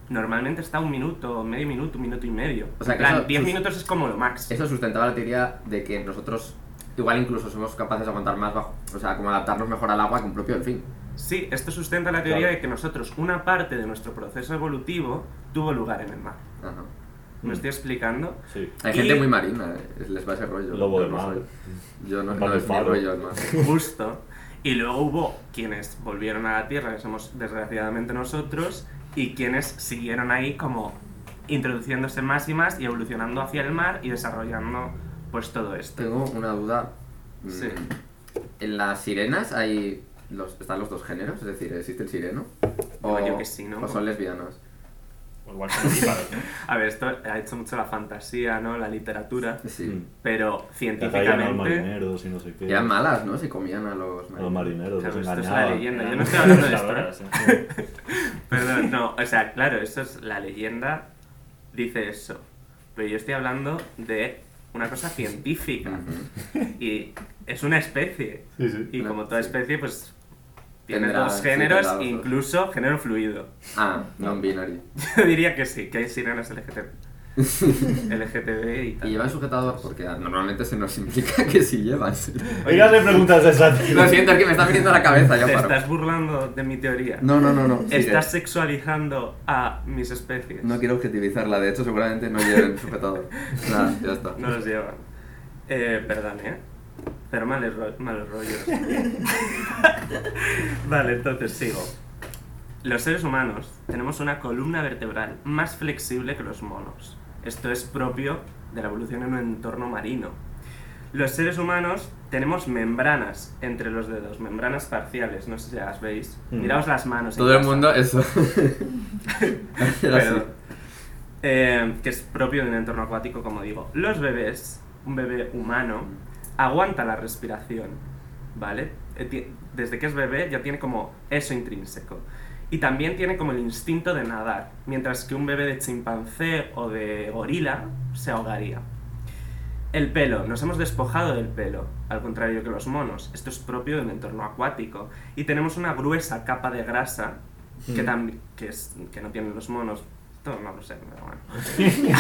Speaker 5: normalmente está un minuto, medio minuto, un minuto y medio.
Speaker 2: O sea,
Speaker 5: En
Speaker 2: que
Speaker 5: plan,
Speaker 2: eso-
Speaker 5: 10 minutos es como lo máximo.
Speaker 2: Eso sustentaba la teoría de que nosotros igual incluso somos capaces de aguantar más bajo, o sea, como adaptarnos mejor al agua que un propio delfín.
Speaker 5: Sí, esto sustenta la teoría
Speaker 3: Claro.
Speaker 5: de que nosotros, una parte de nuestro proceso evolutivo tuvo lugar en el mar.
Speaker 2: Ajá.
Speaker 3: Mm.
Speaker 5: ¿Me estoy explicando?
Speaker 3: Sí.
Speaker 2: Hay
Speaker 5: Y-
Speaker 2: gente muy marina, eh, les va ese rollo.
Speaker 3: Lobo
Speaker 2: Yo
Speaker 3: de
Speaker 2: no
Speaker 3: mar.
Speaker 2: soy- Yo no,
Speaker 3: Mar
Speaker 2: no
Speaker 3: de
Speaker 2: es mi
Speaker 3: faro.
Speaker 2: rollo, además.
Speaker 5: Justo. Y luego hubo quienes volvieron a la Tierra, que somos desgraciadamente nosotros, y quienes siguieron ahí como introduciéndose más y más y evolucionando hacia el mar y desarrollando pues todo esto.
Speaker 2: Tengo una duda. Mm,
Speaker 5: Sí.
Speaker 2: En las sirenas hay los, están los dos géneros, es decir, existe el sireno. O,
Speaker 5: Yo que sí, ¿no?
Speaker 2: o son lesbianas.
Speaker 4: O Pues igual son ovíparos, ¿no?
Speaker 5: A ver, esto ha hecho mucho la fantasía, ¿no? La literatura,
Speaker 2: Sí.
Speaker 3: Mm.
Speaker 5: pero
Speaker 3: Que atraían a los
Speaker 5: científicamente...
Speaker 2: ¿eh?
Speaker 3: marineros y no sé qué.
Speaker 2: Eran malas, ¿no? Se comían a los
Speaker 3: A los marineros, los
Speaker 5: Claro, esto es la
Speaker 3: engañaban.
Speaker 5: leyenda. Yo
Speaker 4: Eran
Speaker 5: no estoy hablando de esto, ¿eh?
Speaker 4: exploradoras, ¿eh?
Speaker 5: Perdón, no, o sea, claro, eso es la leyenda, dice eso. Pero yo estoy hablando de una cosa científica.
Speaker 2: Ujú.
Speaker 5: Y es una especie.
Speaker 3: Sí, sí.
Speaker 5: Y
Speaker 2: Una-
Speaker 5: como toda
Speaker 2: sí.
Speaker 5: especie, pues tiene
Speaker 2: Tendrá-
Speaker 5: dos
Speaker 2: sí,
Speaker 5: géneros,
Speaker 2: tendrá dos.
Speaker 5: incluso género fluido.
Speaker 2: Ah, non-binary.
Speaker 5: Yo diría que sí, que hay sirenas LGTB. LGTB y
Speaker 2: Y
Speaker 5: tal.
Speaker 2: llevan sujetador porque normalmente se nos implica que sí llevan.
Speaker 3: Oiga, le preguntas esas.
Speaker 2: Lo siento, es que me está viniendo a la cabeza, ya
Speaker 5: ¿Te
Speaker 2: paro.
Speaker 5: estás burlando de mi teoría?
Speaker 2: No, no, no, no. sigue.
Speaker 5: ¿Estás sexualizando a mis especies?
Speaker 2: No quiero objetivizarla, de hecho seguramente no lleven sujetador. Nada, ya está.
Speaker 5: No los llevan. Eh, perdón, ¿eh? Pero males ro- malos rollos. vale, entonces sigo. Los seres humanos tenemos una columna vertebral más flexible que los monos. Esto es propio de la evolución en un entorno marino. Los seres humanos tenemos membranas entre los dedos, membranas parciales, no sé si las veis.
Speaker 3: Mm.
Speaker 5: Miraos las manos. en
Speaker 2: Todo el
Speaker 5: casa.
Speaker 2: mundo, eso. Era así.
Speaker 5: Pero, eh, que es propio de un entorno acuático, como digo. Los bebés, un bebé humano, aguanta la respiración, ¿vale? Eh, ti- Desde que es bebé ya tiene como eso intrínseco. Y también tiene como el instinto de nadar, mientras que un bebé de chimpancé o de gorila se ahogaría. El pelo, nos hemos despojado del pelo, al contrario que los monos. Esto es propio de un entorno acuático. Y tenemos una gruesa capa de grasa que,
Speaker 3: Mm.
Speaker 5: tam- que, es- que no tienen los monos. Esto esto no lo sé, pero bueno.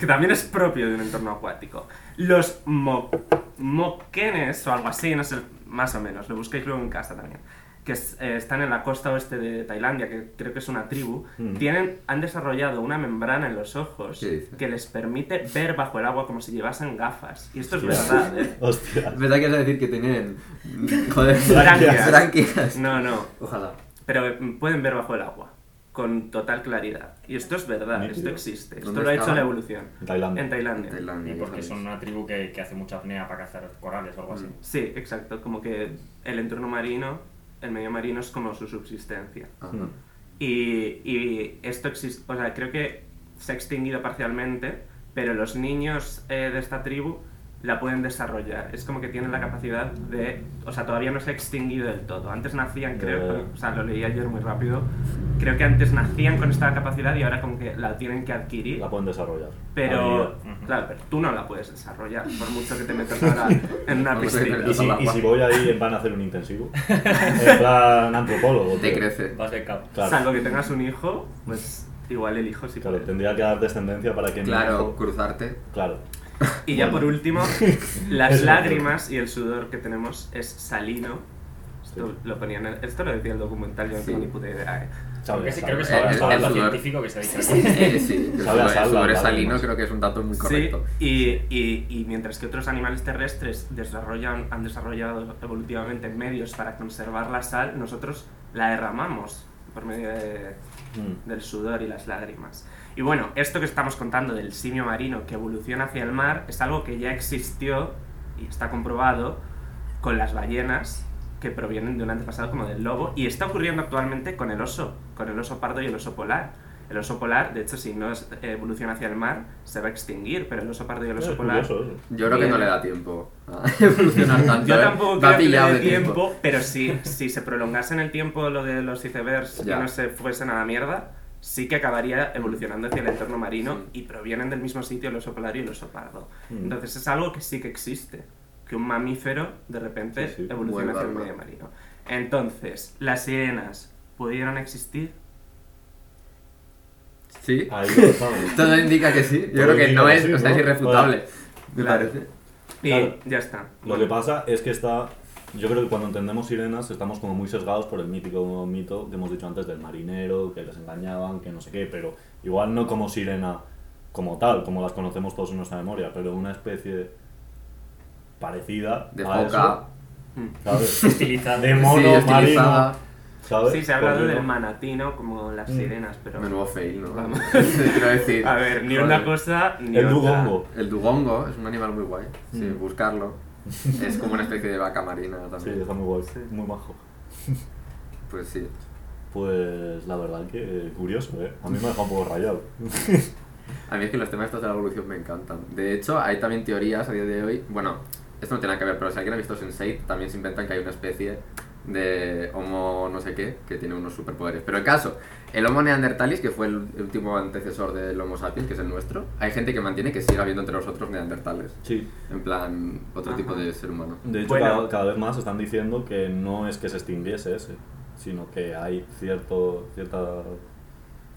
Speaker 5: que también es propio de un entorno acuático. Los mo- moquenes o algo así, no sé, más o menos, lo busqué creo en casa también, que es- eh, están en la costa oeste de Tailandia, que creo que es una tribu,
Speaker 3: Mm.
Speaker 5: tienen, han desarrollado una membrana en los ojos
Speaker 2: ¿Qué dices?
Speaker 5: que les permite ver bajo el agua como si llevasen gafas. Y esto es
Speaker 3: Hostia.
Speaker 5: verdad, ¿eh?
Speaker 3: Hostia.
Speaker 2: Pensaba que ibas a decir que tenían. Joder,
Speaker 5: Branquias.
Speaker 2: branquias.
Speaker 5: No, no,
Speaker 2: Ojalá.
Speaker 5: pero eh, pueden ver bajo el agua con total claridad. Y esto es verdad, esto
Speaker 3: Nítido.
Speaker 5: existe, esto
Speaker 2: ¿Dónde
Speaker 5: lo ha hecho
Speaker 2: estaban?
Speaker 5: la evolución.
Speaker 3: En Tailandia.
Speaker 5: En Tailandia.
Speaker 2: Tailandia.
Speaker 4: Y porque
Speaker 2: ya
Speaker 4: son
Speaker 2: sabéis.
Speaker 4: una tribu que, que hace mucha apnea para cazar corales o algo así.
Speaker 5: Sí, exacto, como que el entorno marino, el medio marino es como su subsistencia.
Speaker 2: Ajá.
Speaker 3: Mm.
Speaker 5: Y, y esto existe, o sea, creo que se ha extinguido parcialmente, pero los niños eh, de esta tribu la pueden desarrollar. Es como que tienen la capacidad de, o sea, todavía no se ha extinguido del todo. Antes nacían, creo,
Speaker 3: Ya.
Speaker 5: o sea, lo leí ayer muy rápido, creo que antes nacían con esta capacidad y ahora como que la tienen que adquirir.
Speaker 3: La pueden desarrollar.
Speaker 5: Pero,
Speaker 3: Habilidad.
Speaker 5: claro, pero tú no la puedes desarrollar, por mucho que te metas ahora en una
Speaker 2: Vamos a ver,
Speaker 5: piscina.
Speaker 3: Y si, y si voy ahí, van a hacer un intensivo. En plan antropólogo.
Speaker 2: Te
Speaker 3: tío.
Speaker 2: crece.
Speaker 4: Vas de cabo.
Speaker 3: Claro,
Speaker 5: Salvo que tengas un hijo, pues igual el hijo sí
Speaker 3: claro,
Speaker 5: puede.
Speaker 3: tendría que dar descendencia para que mi
Speaker 2: Claro,
Speaker 3: hijo-
Speaker 2: cruzarte.
Speaker 3: Claro.
Speaker 5: Y ya por último, las
Speaker 3: Eso.
Speaker 5: lágrimas y el sudor que tenemos es salino. Esto,
Speaker 3: Sí.
Speaker 5: lo, ponían en- esto lo decía el documental, yo no
Speaker 2: Sí.
Speaker 5: tengo ni puta idea. ¿eh?
Speaker 4: Creo que, sí, creo que es
Speaker 2: Eh,
Speaker 4: el,
Speaker 2: eh,
Speaker 4: el dato
Speaker 2: el sudor.
Speaker 4: científico que se ha dicho.
Speaker 2: Eh, sí, el
Speaker 3: Sabe a
Speaker 2: sudor-
Speaker 3: sal,
Speaker 2: el sudor es
Speaker 3: la- la-
Speaker 2: salino,
Speaker 3: la-
Speaker 2: creo que es un dato muy
Speaker 5: Sí,
Speaker 2: correcto.
Speaker 5: y, y- y mientras que otros animales terrestres desarrollan, han desarrollado evolutivamente medios para conservar la sal, nosotros la derramamos por medio de,
Speaker 3: Mm.
Speaker 5: del sudor y las lágrimas. Y bueno, esto que estamos contando del simio marino que evoluciona hacia el mar es algo que ya existió y está comprobado con las ballenas que provienen de un antepasado como del lobo y está ocurriendo actualmente con el oso, con el oso pardo y el oso polar. El oso polar, de hecho, si no es- evoluciona hacia el mar, se va a extinguir, pero el oso pardo y el oso
Speaker 3: Es
Speaker 5: polar...
Speaker 3: curioso eso.
Speaker 2: Yo creo que no
Speaker 5: Bien.
Speaker 2: le da tiempo a evolucionar tanto.
Speaker 5: Yo
Speaker 2: ¿eh? Va
Speaker 5: tampoco creo que le
Speaker 2: pillado
Speaker 5: dé
Speaker 2: de
Speaker 5: tiempo, pero si, si se prolongase en el tiempo lo de los icebergs
Speaker 2: Ya.
Speaker 5: y no se fuesen a la mierda, sí que acabaría evolucionando hacia el entorno marino y provienen del mismo sitio el oso polar y el oso pardo.
Speaker 3: Mm.
Speaker 5: Entonces es algo que sí que existe, que un mamífero de repente
Speaker 3: Sí, sí.
Speaker 5: evoluciona
Speaker 2: Vuelva
Speaker 5: hacia el
Speaker 2: al mar.
Speaker 5: medio marino. Entonces, ¿las sirenas pudieron existir?
Speaker 2: Sí.
Speaker 5: Ah.
Speaker 3: Ahí lo dejamos.
Speaker 2: Todo indica que sí. Yo
Speaker 3: Todo
Speaker 2: creo que
Speaker 3: indica
Speaker 2: no
Speaker 3: que
Speaker 2: es,
Speaker 3: sí,
Speaker 2: o sea, es
Speaker 3: ¿no?
Speaker 2: irrefutable. Me
Speaker 5: Claro.
Speaker 2: parece.
Speaker 5: Y
Speaker 3: Claro.
Speaker 5: ya está.
Speaker 3: Lo que pasa es que está. Yo creo que cuando entendemos sirenas estamos como muy sesgados por el mítico mito que hemos dicho antes del marinero, que les engañaban, que no sé qué, pero igual no como sirena como tal, como las conocemos todos en nuestra memoria, pero una especie parecida
Speaker 2: De
Speaker 3: a
Speaker 2: foca.
Speaker 5: Mm.
Speaker 3: eso, ¿sabes?
Speaker 4: Estilizado.
Speaker 3: De
Speaker 2: Sí,
Speaker 3: mono marino,
Speaker 2: estilizada.
Speaker 3: ¿sabes?
Speaker 5: Sí, se ha hablado
Speaker 3: Porque
Speaker 5: del
Speaker 3: no-
Speaker 5: manatino como las sirenas, pero...
Speaker 2: Mm. Menudo fail, ¿no?
Speaker 5: Vamos.
Speaker 2: Quiero decir.
Speaker 5: A ver, ni
Speaker 2: joder.
Speaker 5: una cosa ni
Speaker 3: El
Speaker 5: otra.
Speaker 3: dugongo.
Speaker 2: El dugongo es un animal muy guay. Sí,
Speaker 3: Mm.
Speaker 2: buscarlo. Es como una especie de vaca marina
Speaker 3: Sí,
Speaker 2: también.
Speaker 3: está muy guay, muy majo.
Speaker 2: Pues sí.
Speaker 3: Pues la verdad que curioso, ¿eh? A mí me ha dejado un poco rayado.
Speaker 2: A mí es que los temas estos de la evolución me encantan. De hecho, hay también teorías a día de hoy. Bueno, esto no tiene nada que ver, pero si alguien ha visto Sense8, también se inventan que hay una especie de homo no sé qué que tiene unos superpoderes. Pero el caso, el homo neandertalis, que fue el último antecesor del homo sapiens, que es el nuestro, hay gente que mantiene que sigue habiendo entre nosotros neandertales.
Speaker 3: Sí,
Speaker 2: En plan, otro
Speaker 5: Ajá.
Speaker 2: tipo de ser humano.
Speaker 3: De hecho,
Speaker 5: Bueno.
Speaker 3: cada, cada vez más están diciendo que no es que se extinguiese ese, sino que hay cierto, cierta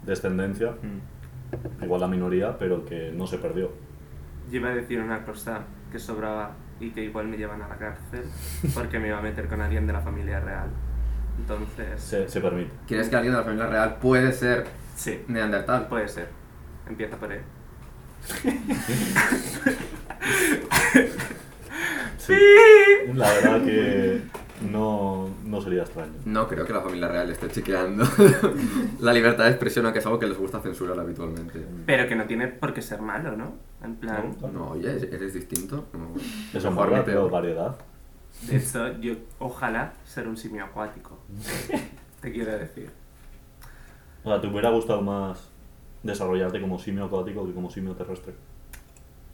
Speaker 3: descendencia,
Speaker 4: Mm.
Speaker 3: igual la minoría, pero que no se perdió.
Speaker 5: Yo iba a decir una cosa que sobraba y que igual me llevan a la cárcel porque me iba a meter con alguien de la familia real. Entonces, sí,
Speaker 3: Se, se permite.
Speaker 2: ¿Quieres que alguien de la familia real puede ser neandertal?
Speaker 5: puede ser. Empieza por él.
Speaker 3: Sí. La verdad que no, no sería extraño.
Speaker 2: No creo que la familia real esté chequeando la libertad de expresión, aunque es algo que les gusta censurar habitualmente.
Speaker 5: Pero que no tiene por qué ser malo, ¿no? En plan,
Speaker 2: No, oye, eres distinto. No.
Speaker 3: Eso
Speaker 2: Mejor
Speaker 3: mola,
Speaker 2: ni te-
Speaker 3: pero variedad.
Speaker 5: de hecho, yo ojalá ser un simio acuático. Te quiero decir.
Speaker 3: O sea, ¿te hubiera gustado más desarrollarte como simio acuático que como simio terrestre?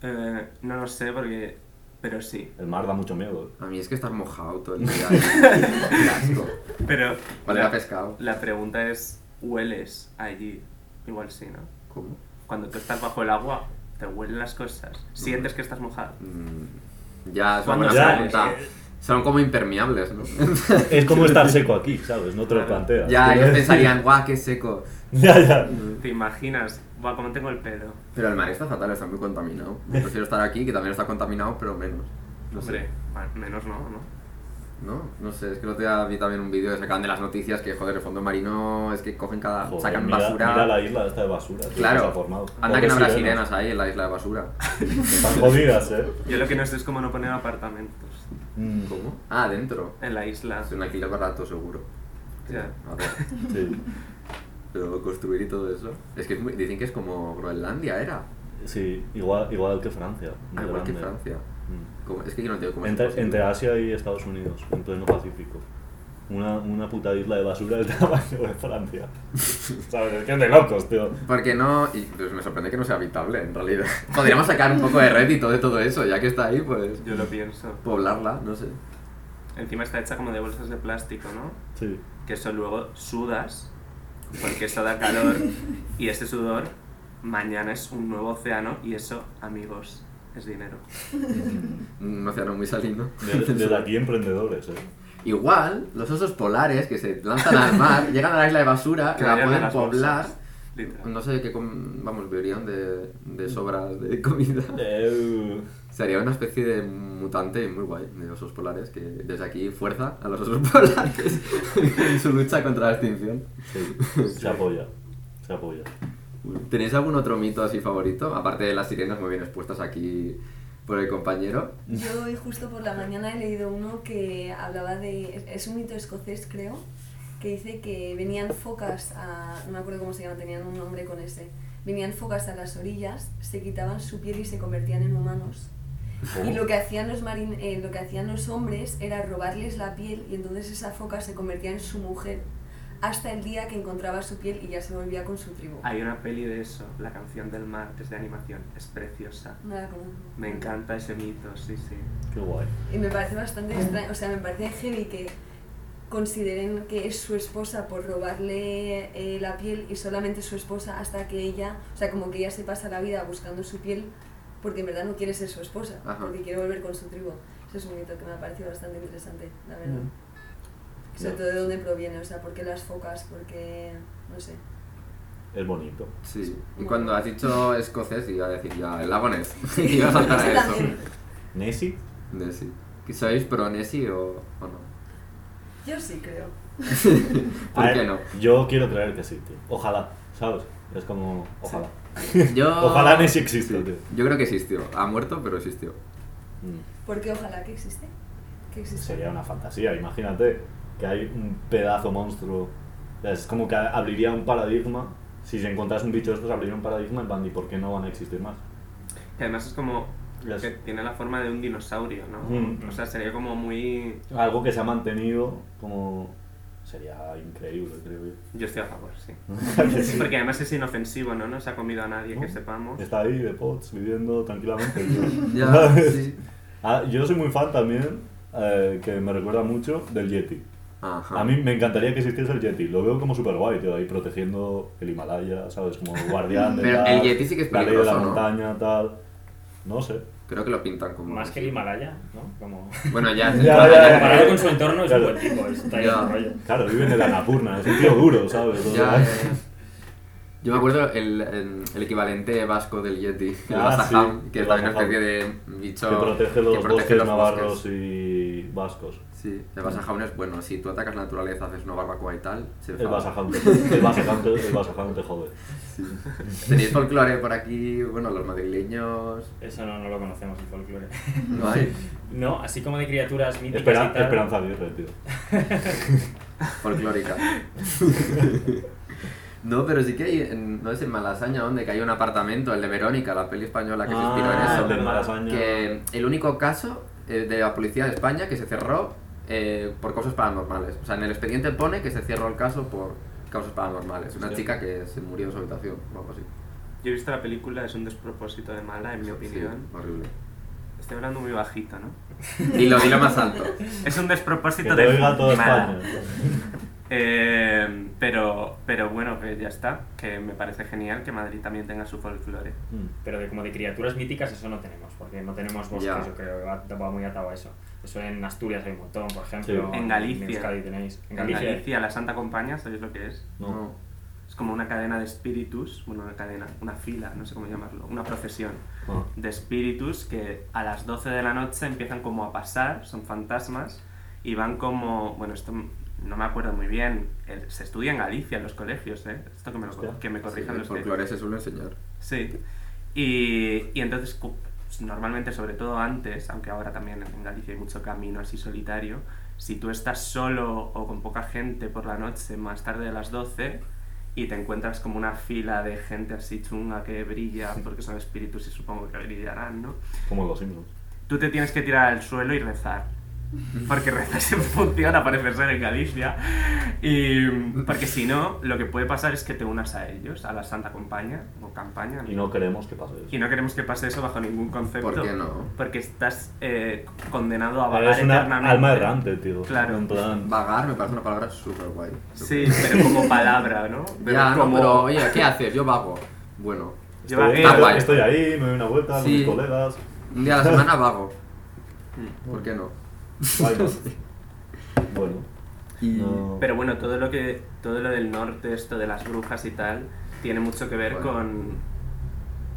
Speaker 5: Eh, no lo sé porque... Pero sí.
Speaker 3: El mar da mucho miedo. ¿eh?
Speaker 2: A mí es que estar mojado todo el día. Qué asco.
Speaker 5: Pero...
Speaker 2: ¿Cuál era pescado?
Speaker 5: La pregunta es, ¿hueles allí? Igual sí, ¿no?
Speaker 2: ¿Cómo?
Speaker 5: Cuando tú estás bajo el agua, te huelen las cosas. Sientes que estás mojado.
Speaker 2: Mm, ya, es una
Speaker 5: Cuando
Speaker 2: buena
Speaker 3: ya-
Speaker 2: pregunta. Son como impermeables, ¿no?
Speaker 3: Es como estar seco aquí, ¿sabes? No te lo planteas.
Speaker 2: ya,
Speaker 3: Quiero
Speaker 2: ellos
Speaker 3: decir-
Speaker 2: pensarían, guau, qué seco.
Speaker 3: Ya, ya.
Speaker 5: ¿Te imaginas? Buah, cómo tengo el pelo.
Speaker 2: Pero el mar está fatal, está muy contaminado. Yo prefiero estar aquí, que también está contaminado, pero menos. No sé.
Speaker 5: Hombre, bueno, menos no, ¿no?
Speaker 2: No, no sé, es que el otro día vi también un vídeo que sacaban de las noticias que, joder, el fondo marino es que cogen cada...
Speaker 3: Joder,
Speaker 2: sacan
Speaker 3: mira,
Speaker 2: basura...
Speaker 3: Mira la isla esta de basura. tío, que se ha
Speaker 2: Claro,
Speaker 3: formado.
Speaker 2: anda que no habrá
Speaker 3: Pobres
Speaker 2: sirenas ahí en la isla de basura.
Speaker 3: Están jodidas, ¿eh?
Speaker 5: Yo lo que no sé es cómo no poner apartamentos
Speaker 3: Mm,
Speaker 2: ¿Cómo? Ah, adentro.
Speaker 5: en la isla.
Speaker 2: Es un alquiler barato, seguro.
Speaker 5: Ya.
Speaker 2: A ver,
Speaker 3: Sí.
Speaker 2: pero construir y todo eso. Es que es muy- dicen que es como Groenlandia, ¿era?
Speaker 3: Sí, igual, igual que Francia.
Speaker 2: Ah,
Speaker 3: muy
Speaker 2: igual que
Speaker 3: grande.
Speaker 2: Francia.
Speaker 3: Mm.
Speaker 2: ¿Cómo? Es que yo no entiendo cómo es
Speaker 3: Entre,
Speaker 2: posible.
Speaker 3: entre Asia y Estados Unidos, en pleno Pacífico. Una, una puta isla de basura del tamaño de Francia. ¿Sabes? Es que es de locos, tío.
Speaker 2: Porque no, y pues me sorprende que no sea habitable en realidad. Podríamos sacar un poco de red y todo, todo eso, ya que está ahí, pues
Speaker 5: Yo lo pienso.
Speaker 2: poblarla, no sé.
Speaker 5: Encima está hecha como de bolsas de plástico, ¿no?
Speaker 3: Sí.
Speaker 5: Que eso luego sudas, porque eso da calor. Y ese sudor, mañana es un nuevo océano. Y eso, amigos, es dinero.
Speaker 2: Un océano muy salino.
Speaker 3: Desde, desde aquí emprendedores, ¿eh?
Speaker 2: Igual, los osos polares que se lanzan al mar, llegan a la isla de basura,
Speaker 5: Que
Speaker 2: la
Speaker 5: vayan a
Speaker 2: pueden
Speaker 5: las
Speaker 2: poblar.
Speaker 5: bolsas. Literal.
Speaker 2: No sé de qué, com- vamos, beberían de, de sobras de comida.
Speaker 3: Eh,
Speaker 2: Sería una especie de mutante muy guay de osos polares que desde aquí fuerza a los osos polares en su lucha contra la extinción.
Speaker 3: sí. Se apoya. Se apoya.
Speaker 2: ¿Tenéis algún otro mito así favorito? Aparte de las sirenas muy bien expuestas aquí por el compañero.
Speaker 6: Yo hoy justo por la mañana he leído uno que hablaba de, es un mito escocés creo, que dice que venían focas a, no me acuerdo cómo se llama, tenían un nombre con ese, venían focas a las orillas, se quitaban su piel y se convertían en humanos.
Speaker 5: Oh.
Speaker 6: Y
Speaker 3: Oh,
Speaker 6: lo que, hacían los marin, eh, lo que hacían los hombres era robarles la piel y entonces esa foca se convertía en su mujer hasta el día que encontraba su piel y ya se volvía con su tribu.
Speaker 5: Hay una peli de eso, la canción del mar, que es de animación. Es preciosa.
Speaker 6: No la conozco.
Speaker 5: Me encanta ese mito, sí, sí.
Speaker 3: Qué guay.
Speaker 6: Y me parece bastante extraño, o sea, me parece heavy que consideren que es su esposa por robarle eh, la piel y solamente su esposa hasta que ella, o sea, como que ella se pasa la vida buscando su piel porque en verdad no quiere ser su esposa,
Speaker 2: Ajá.
Speaker 6: porque quiere volver con su tribu. Eso es un mito que me ha parecido bastante interesante, la verdad. Sobre
Speaker 3: Ya.
Speaker 6: todo de dónde proviene, o sea, por qué las focas, porque, no sé.
Speaker 3: Es bonito.
Speaker 2: Sí. Y cuando has dicho escocés, iba a decir ya el lago Ness. iba a saltar
Speaker 6: Ese
Speaker 2: a eso.
Speaker 6: también.
Speaker 3: Nessie.
Speaker 2: Nessie. ¿Que ¿Sois pro Nessie o, o no?
Speaker 6: Yo sí creo.
Speaker 3: A
Speaker 2: ¿Por
Speaker 3: ver,
Speaker 2: qué no?
Speaker 3: Ah, Yo quiero creer que sí, tío. Ojalá, ¿sabes? Es como, ojalá.
Speaker 2: Yo...
Speaker 3: Ojalá Nessie exista, tío.
Speaker 2: Yo creo que existió. Ha muerto, pero existió.
Speaker 3: Mm.
Speaker 6: Porque ojalá que existe. Que existe.
Speaker 3: Sería una fantasía, imagínate que hay un pedazo monstruo. O sea, Es como que abriría un paradigma. Si se encontrase un bicho de estos, abriría un paradigma en plan, ¿y por qué no van a existir más?
Speaker 5: Que además es como
Speaker 3: Las-
Speaker 5: que tiene la forma de un dinosaurio, ¿no?
Speaker 3: Mm.
Speaker 5: O sea, sería como muy...
Speaker 3: Algo que se ha mantenido como... Sería increíble, creo yo.
Speaker 5: Yo estoy a favor, sí.
Speaker 3: Que sí. Mm.
Speaker 5: Porque además es inofensivo, ¿no? No se ha comido a nadie que
Speaker 3: No.
Speaker 5: sepamos.
Speaker 3: Está ahí de Pots, viviendo tranquilamente. tío.
Speaker 2: Ya,
Speaker 3: ¿Sabes?
Speaker 2: sí.
Speaker 3: Ah, yo soy muy fan también, eh, que me recuerda mucho, del Yeti.
Speaker 2: Ajá.
Speaker 3: A mí me encantaría que existiese el Yeti. Lo veo como súper guay, tío, ahí protegiendo el Himalaya, ¿sabes? Como guardián de
Speaker 2: Pero
Speaker 3: tal,
Speaker 2: el Yeti sí que es
Speaker 3: La ley de la
Speaker 2: peligroso, ¿no?
Speaker 3: montaña, tal. No sé.
Speaker 2: Creo que lo pintan como...
Speaker 4: Más que el Himalaya, ¿no? Como...
Speaker 2: Bueno, ya.
Speaker 3: Ya, ya, ya.
Speaker 4: Comparado con su entorno, es un
Speaker 3: Claro.
Speaker 4: buen tipo, es- está ahí
Speaker 2: Ya.
Speaker 4: en su rollo.
Speaker 3: Claro, vive en el Anapurna, es un tío duro, ¿sabes? O
Speaker 2: Ya,
Speaker 3: sea,
Speaker 2: ya, ya. Yo me acuerdo el, en- el equivalente vasco del Yeti, el
Speaker 3: Ah,
Speaker 2: Bazaham,
Speaker 3: sí,
Speaker 2: que
Speaker 3: el
Speaker 2: es también una
Speaker 3: Bazaham.
Speaker 2: especie de bicho
Speaker 3: Que protege los
Speaker 2: que protege
Speaker 3: bosques
Speaker 2: los
Speaker 3: navarros
Speaker 2: bosques.
Speaker 3: y vascos.
Speaker 2: Sí, el Bazaham es bueno. Si tú atacas la naturaleza, haces una barbacoa y tal, se
Speaker 3: El
Speaker 2: enfada.
Speaker 3: Basajante. El Basajante, el Basajante te jode.
Speaker 2: Tenéis folclore por aquí, bueno, los madrileños.
Speaker 4: Eso no, no lo conocemos, el folclore.
Speaker 2: No hay.
Speaker 4: No, así como de criaturas míticas
Speaker 3: Espera-
Speaker 4: y tal.
Speaker 3: Esperanza Aguirre, tío.
Speaker 2: folclórica. No, pero sí que hay, en- no es en Malasaña, donde que hay un apartamento, el de Verónica, la peli española que se inspiró en
Speaker 3: Ah,
Speaker 2: eso.
Speaker 3: el de Malasaña.
Speaker 2: Que el único caso eh, de la policía de España que se cerró eh, por causas paranormales. O sea, en el expediente pone que se cerró el caso por causas paranormales. Una
Speaker 3: Sí.
Speaker 2: chica que se murió en su habitación o algo así.
Speaker 5: Yo he visto la película, es un despropósito de mala, en mi opinión.
Speaker 2: Sí, horrible.
Speaker 5: Estoy hablando muy bajito, ¿no?
Speaker 2: Dilo, dilo más alto.
Speaker 5: Es un
Speaker 3: Que
Speaker 5: despropósito
Speaker 3: te
Speaker 5: de
Speaker 3: oiga toda
Speaker 5: mala.
Speaker 3: España.
Speaker 5: Eh, pero, pero bueno, que ya está. Que me parece genial que Madrid también tenga su folclore.
Speaker 3: Mm.
Speaker 4: Pero de como de criaturas míticas eso no tenemos, porque no tenemos bosques,
Speaker 2: Ya.
Speaker 4: yo creo, que va, va muy atado a eso. Eso en Asturias hay un montón, por ejemplo.
Speaker 3: Sí.
Speaker 5: En Galicia.
Speaker 4: En Euskadi tenéis. En
Speaker 5: En
Speaker 4: Galicia.
Speaker 5: Galicia, la Santa Compañía, ¿sabéis lo que es?
Speaker 3: No.
Speaker 5: Es como una cadena de espíritus, bueno, una cadena, una fila, no sé cómo llamarlo, una procesión
Speaker 3: Ah.
Speaker 5: de espíritus que a las 12 de la noche empiezan como a pasar, son fantasmas, y van como, bueno, esto no me acuerdo muy bien, el- se estudia en Galicia en los colegios, ¿eh? Esto que me, lo,
Speaker 3: Hostia.
Speaker 5: que me corrijan
Speaker 2: Sí, el
Speaker 5: los de-
Speaker 2: folclore se suele enseñar.
Speaker 5: Sí. Y, y entonces, cu- pues, normalmente, sobre todo antes, aunque ahora también en Galicia hay mucho camino así solitario, si tú estás solo o con poca gente por la noche, más tarde de las 12, y te encuentras como una fila de gente así chunga que brilla, porque son espíritus y supongo que brillarán, ¿no?
Speaker 3: Como los Simpsons.
Speaker 5: Tú te tienes que tirar al suelo y rezar. Porque rezar siempre funciona, parece ser, en Galicia. Y, porque si no, lo que puede pasar es que te unas a ellos, a la Santa Compañía o Campaña.
Speaker 3: Y no queremos que pase
Speaker 5: Y
Speaker 3: eso.
Speaker 5: no queremos que pase eso bajo ningún concepto.
Speaker 2: ¿Por qué no?
Speaker 5: Porque estás eh, condenado a vagar
Speaker 3: Es una
Speaker 5: eternamente.
Speaker 3: alma errante, tío.
Speaker 5: Claro.
Speaker 3: En plan,
Speaker 2: Vagar me parece una palabra súper guay.
Speaker 5: Sí, pero como palabra, ¿no? Pero
Speaker 2: ya, no,
Speaker 5: como
Speaker 2: pero oye, ¿qué haces? Yo vago. Bueno,
Speaker 5: yo
Speaker 3: estoy,
Speaker 5: vagué-
Speaker 2: Ah, guay.
Speaker 3: estoy ahí, me doy una vuelta con
Speaker 2: Sí.
Speaker 3: mis colegas.
Speaker 2: un día a la semana vago. ¿Por qué no?
Speaker 3: Guay, ¿no? bueno.
Speaker 2: Y...
Speaker 3: no-
Speaker 5: Pero bueno, todo lo que todo lo del norte, esto de las brujas y tal, tiene mucho que ver
Speaker 2: Bueno.
Speaker 5: con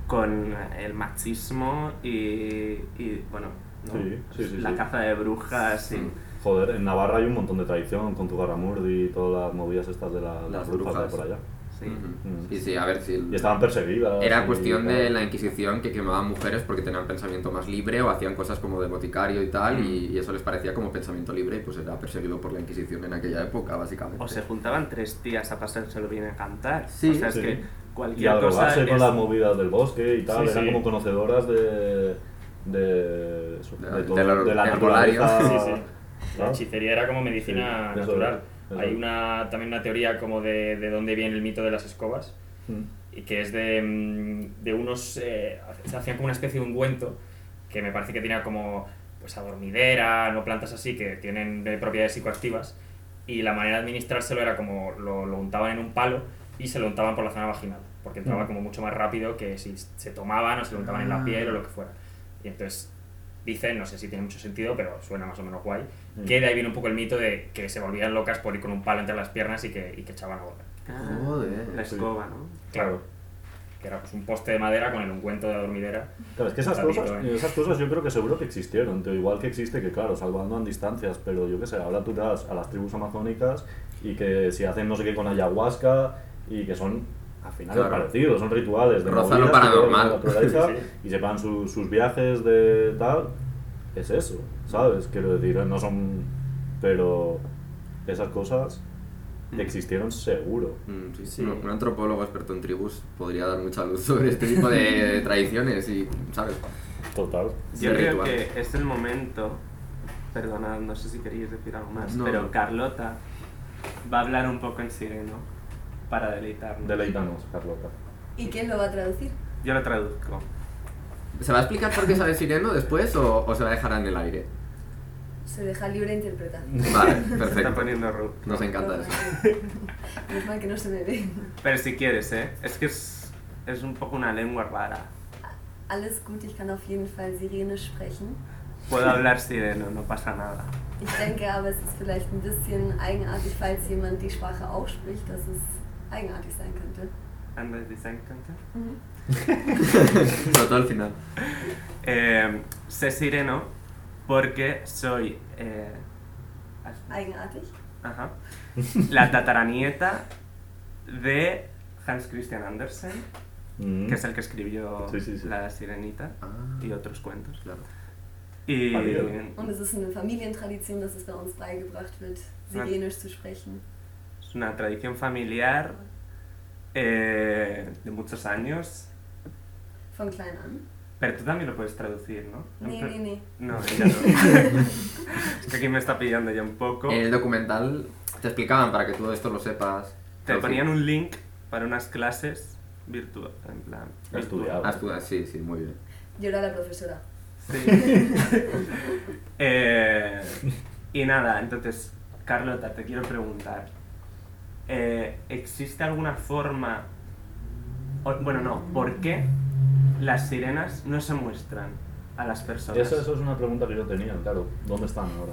Speaker 5: con el machismo y, y, bueno, ¿no?
Speaker 3: Sí, sí, sí,
Speaker 5: la
Speaker 3: sí.
Speaker 5: caza de brujas y
Speaker 2: Mm.
Speaker 3: Joder, en Navarra hay un montón de tradición con tu garramurdi y todas las movidas estas de la-
Speaker 2: Las
Speaker 3: las brujas, de
Speaker 2: brujas.
Speaker 3: por allá.
Speaker 5: sí.
Speaker 2: Ujú. Sí, sí, a ver si...
Speaker 3: Y estaban perseguidas.
Speaker 2: Era
Speaker 3: y
Speaker 2: cuestión
Speaker 3: tal.
Speaker 2: de la Inquisición que quemaban mujeres porque tenían pensamiento más libre o hacían cosas como de boticario y tal,
Speaker 5: Mm.
Speaker 2: y, y eso les parecía como pensamiento libre y pues era perseguido por la Inquisición en aquella época, básicamente.
Speaker 5: O se juntaban tres tías a pasárselo bien a cantar.
Speaker 2: Sí,
Speaker 5: o sea,
Speaker 3: sí.
Speaker 5: es que
Speaker 3: Y
Speaker 5: cualquier
Speaker 3: a
Speaker 5: cosa
Speaker 3: drogarse con
Speaker 5: es-
Speaker 3: las movidas del bosque y tal.
Speaker 4: Sí,
Speaker 3: Eran
Speaker 4: sí.
Speaker 3: como conocedoras de. de. eso,
Speaker 2: De-
Speaker 3: de todo-
Speaker 2: del her-
Speaker 3: de la
Speaker 2: herbolario.
Speaker 3: naturaleza.
Speaker 4: Sí, sí. La
Speaker 3: ¿no?
Speaker 4: hechicería era como medicina
Speaker 3: Sí, eso
Speaker 4: natural.
Speaker 3: es, eso
Speaker 4: Hay
Speaker 3: es.
Speaker 4: una también una teoría como de, de dónde viene el mito de las escobas,
Speaker 3: Mm.
Speaker 4: y que es de, mm, de unos... eh, se hacían como una especie de ungüento que me parece que tenía como pues adormidera, no plantas así que tienen eh, propiedades psicoactivas y la manera de administrárselo era como lo, lo untaban en un palo y se lo untaban por la zona vaginal porque entraba
Speaker 3: Mm.
Speaker 4: como mucho más rápido que si se tomaban o se lo untaban en la
Speaker 2: Ah.
Speaker 4: piel o lo que fuera y entonces dicen, no sé si tiene mucho sentido pero suena más o menos guay
Speaker 3: Mm.
Speaker 4: que de ahí viene un poco el mito de que se volvían locas por ir con un palo entre las piernas y que, y que echaban agua
Speaker 5: Ah, La
Speaker 2: Joder.
Speaker 5: escoba, ¿no?
Speaker 4: Claro. Que era pues, un poste de madera con el ungüento de la dormidera.
Speaker 3: Claro, es que esas
Speaker 4: Tapito,
Speaker 3: cosas,
Speaker 4: eh.
Speaker 3: esas cosas yo creo que seguro que existieron, tío, igual que existe que, claro, salvando en distancias, pero yo qué sé, ahora tú te vas a las tribus amazónicas y que si hacen no sé qué con ayahuasca y que son al final
Speaker 2: Claro.
Speaker 3: parecidos, son rituales de
Speaker 2: Roza lo
Speaker 3: movidas que tienen
Speaker 2: paranormal.
Speaker 3: la naturaleza
Speaker 4: Sí, sí.
Speaker 3: y se pagan su- sus viajes de tal, es eso, ¿sabes? Quiero decir, no son, pero esas cosas existieron seguro.
Speaker 2: Mm, sí,
Speaker 4: Sí.
Speaker 2: Un, un antropólogo experto en tribus podría dar mucha luz sobre este tipo de, de tradiciones y, ¿sabes?
Speaker 3: Total.
Speaker 5: Yo
Speaker 2: Sí,
Speaker 5: creo
Speaker 2: ritual.
Speaker 5: que es el momento, perdonad, no sé si queréis decir algo más,
Speaker 2: No.
Speaker 5: pero Carlota va a hablar un poco en sireno para deleitarnos.
Speaker 3: Deleítanos, Carlota.
Speaker 6: ¿Y quién lo va a traducir?
Speaker 5: Yo lo traduzco.
Speaker 2: ¿Se va a explicar por qué sale sireno después o, o se va a dejar en el aire?
Speaker 6: Se deja libre interpretación.
Speaker 2: Vale,
Speaker 5: Se está
Speaker 2: perfecto.
Speaker 5: poniendo ru.
Speaker 2: Nos encanta eso.
Speaker 6: Es mal que no se me ve.
Speaker 5: Pero si quieres, ¿eh? Es que es, es un poco una lengua rara.
Speaker 6: Alles gut, ich kann auf jeden Fall Sirenisch sprechen.
Speaker 5: Puedo hablar sireno, no pasa nada.
Speaker 6: Ich denke aber, es ist vielleicht ein bisschen eigenartig, falls jemand die Sprache auch spricht, dass es eigenartig sein könnte.
Speaker 5: Andas design cantar.
Speaker 2: Sobre todo al final.
Speaker 5: Eh, sé sireno porque soy... eh, as-
Speaker 6: Eigenartig?
Speaker 5: Ajá. La tataranieta de Hans Christian Andersen,
Speaker 3: Mm.
Speaker 5: que es el que escribió
Speaker 3: Sí, sí, sí.
Speaker 5: La Sirenita
Speaker 2: Ah,
Speaker 5: y otros cuentos.
Speaker 2: claro.
Speaker 5: Y
Speaker 3: Vale.
Speaker 6: Und es ist eine Familientradition, dass es bei uns beigebracht wird, Sirenisch zu sprechen.
Speaker 5: es una tradición familiar eh, de muchos años.
Speaker 6: Von klein an.
Speaker 5: Pero tú también lo puedes traducir, ¿no?
Speaker 6: Nee, nee, nee.
Speaker 5: No, ella no. es que aquí me está pillando ya un poco.
Speaker 3: Eh,
Speaker 2: En el documental te explicaban para que tú esto lo sepas.
Speaker 5: Te ponían un link para unas clases virtuales. En plan,
Speaker 3: Estudiado.
Speaker 2: Ah, estudia- sí, sí, muy bien.
Speaker 6: Yo era la profesora.
Speaker 5: Sí. Eh, y nada, entonces, Carlota, te quiero preguntar, eh, ¿existe alguna forma... o- bueno, no, ¿por qué las sirenas no se muestran a las personas?
Speaker 3: Eso, eso es una pregunta que yo tenía, claro. ¿Dónde están ahora?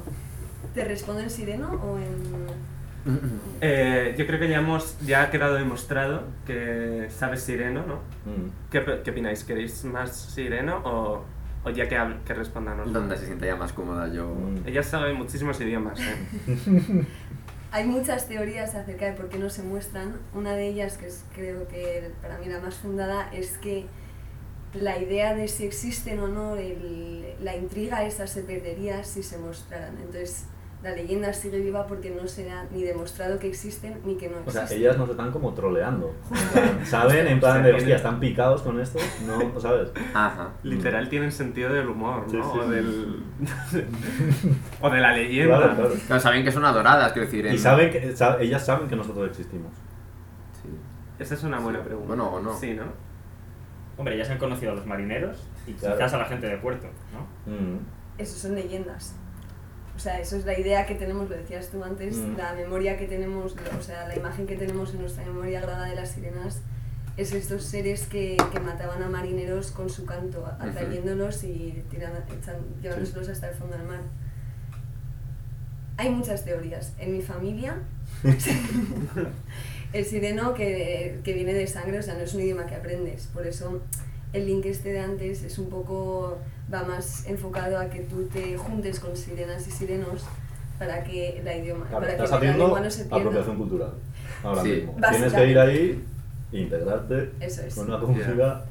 Speaker 6: ¿Te respondo en sireno o en.?
Speaker 5: Eh, yo creo que ya, hemos, ya ha quedado demostrado que sabes sireno, ¿no?
Speaker 3: Mm.
Speaker 5: ¿Qué, pe- qué opináis? ¿Queréis más sireno o, o ya que, hab- que respondan?
Speaker 2: Donde se sienta ya más cómoda yo.
Speaker 3: Mm.
Speaker 5: Ella sabe muchísimos idiomas, ¿eh?
Speaker 6: Hay muchas teorías acerca de por qué no se muestran. Una de ellas, que es, creo que para mí la más fundada, es que la idea de si existen o no, el- la intriga esa se perdería si se mostraran. Entonces, la leyenda sigue viva porque no será ni demostrado que existen ni que no
Speaker 3: O sea,
Speaker 6: existen.
Speaker 3: ellas nos están como troleando. En plan, ¿Saben? En plan de, hostia, ¿están picados con esto? No, ¿sabes?
Speaker 2: Ajá.
Speaker 5: Literal tienen sentido del humor, ¿no?
Speaker 3: Mm. Sí, sí,
Speaker 5: o,
Speaker 3: sí.
Speaker 5: del... o de la leyenda.
Speaker 3: Claro, claro.
Speaker 2: Claro, saben que son adoradas, quiero decir.
Speaker 3: Y
Speaker 2: en-
Speaker 3: saben que, sa- ellas saben que nosotros existimos.
Speaker 2: Sí.
Speaker 5: Esa es una buena pregunta.
Speaker 2: Bueno, o no.
Speaker 5: Sí, ¿no?
Speaker 4: Hombre, ya se han conocido a los marineros y
Speaker 3: Claro.
Speaker 4: quizás a la gente de puerto, ¿no?
Speaker 3: Mm.
Speaker 6: Eso son leyendas. O sea, eso es la idea que tenemos, lo decías tú antes,
Speaker 3: Mm.
Speaker 6: la memoria que tenemos, o sea, la imagen que tenemos en nuestra memoria grabada de las sirenas es estos seres que, que mataban a marineros con su canto, atrayéndolos y tiran- echan- llevándoselos hasta el fondo del mar. Hay muchas teorías. En mi familia, el sireno que, que viene de sangre, o sea, no es un idioma que aprendes, por eso el link este de antes es un poco va más enfocado a que tú te juntes con sirenas y sirenos para que la idioma
Speaker 3: Claro,
Speaker 6: para
Speaker 3: estás
Speaker 6: que la
Speaker 3: haciendo
Speaker 6: lengua no se
Speaker 3: apropiación
Speaker 6: pierda
Speaker 3: cultural. Ahora
Speaker 2: Sí.
Speaker 3: mismo. Tienes que
Speaker 6: Básicamente.
Speaker 3: ir ahí, integrarte
Speaker 6: eso es
Speaker 3: con una comunidad.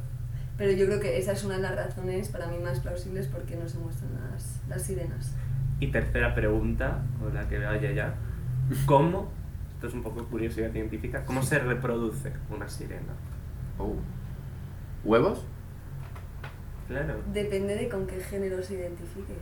Speaker 6: pero yo creo que esa es una de las razones para mí más plausibles porque no se muestran las, las sirenas
Speaker 5: Y tercera pregunta, o la que vaya ya. ¿Cómo, esto es un poco curiosidad científica, cómo se reproduce una sirena?
Speaker 2: Oh. ¿Huevos?
Speaker 5: Claro.
Speaker 6: depende de con qué género se identifique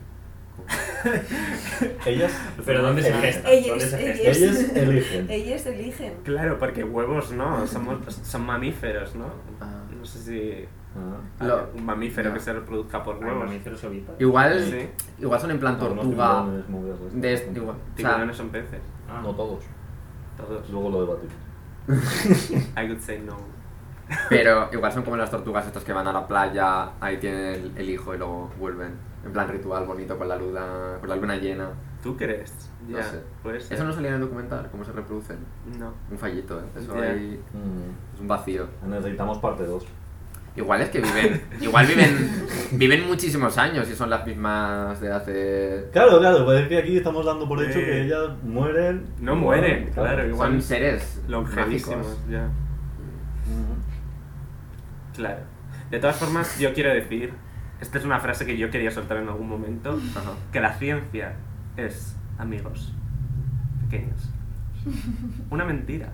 Speaker 3: Ellas, Ah.
Speaker 4: Pero ¿dónde se gesta? ¿Dónde
Speaker 6: ellas
Speaker 4: se gesta?
Speaker 6: ellas
Speaker 3: ellas eligen.
Speaker 6: ellas eligen
Speaker 5: Claro, porque huevos no, somos, son mamíferos, ¿no?
Speaker 2: Ah.
Speaker 5: No sé si
Speaker 3: Ah.
Speaker 5: hay
Speaker 2: Lo-
Speaker 5: un mamífero
Speaker 2: no.
Speaker 5: que se reproduzca por
Speaker 4: Hay
Speaker 5: huevos.
Speaker 4: mamíferos ovíparos.
Speaker 2: Igual,
Speaker 5: Sí.
Speaker 2: igual son en plan
Speaker 3: Algunos
Speaker 2: tortuga.
Speaker 3: tiburones, movidas estas.
Speaker 2: de este- igual, o sea,
Speaker 5: Tiburones son peces,
Speaker 4: Ah.
Speaker 3: No todos.
Speaker 5: todos.
Speaker 3: Luego lo debatimos.
Speaker 5: I would say no.
Speaker 2: pero igual son como las tortugas estas que van a la playa, ahí tienen el, el hijo y luego vuelven. En plan ritual bonito con la luna, con la luna llena.
Speaker 5: ¿Tú crees?
Speaker 2: No
Speaker 5: Ya,
Speaker 2: sé.
Speaker 5: puede ser.
Speaker 2: Eso no salía en el documental, cómo se reproducen.
Speaker 5: No.
Speaker 2: Un fallito, ¿eh? Eso
Speaker 5: Ya.
Speaker 2: ahí
Speaker 3: Mm.
Speaker 2: es un vacío.
Speaker 3: Necesitamos parte 2.
Speaker 2: Igual es que viven, igual viven, viven muchísimos años y son las mismas de hace...
Speaker 3: Claro, claro, pues es que aquí estamos dando por hecho
Speaker 5: Eh,
Speaker 3: que ellas mueren. Ah,
Speaker 5: No
Speaker 3: Igual,
Speaker 5: mueren, claro,
Speaker 2: Son
Speaker 5: igual.
Speaker 2: seres mágicos.
Speaker 5: Longevísimos, ya.
Speaker 3: Mm.
Speaker 5: Claro. De todas formas, yo quiero decir, esta es una frase que yo quería soltar en algún momento,
Speaker 2: Ajá.
Speaker 5: que la ciencia es amigos pequeños. Una mentira.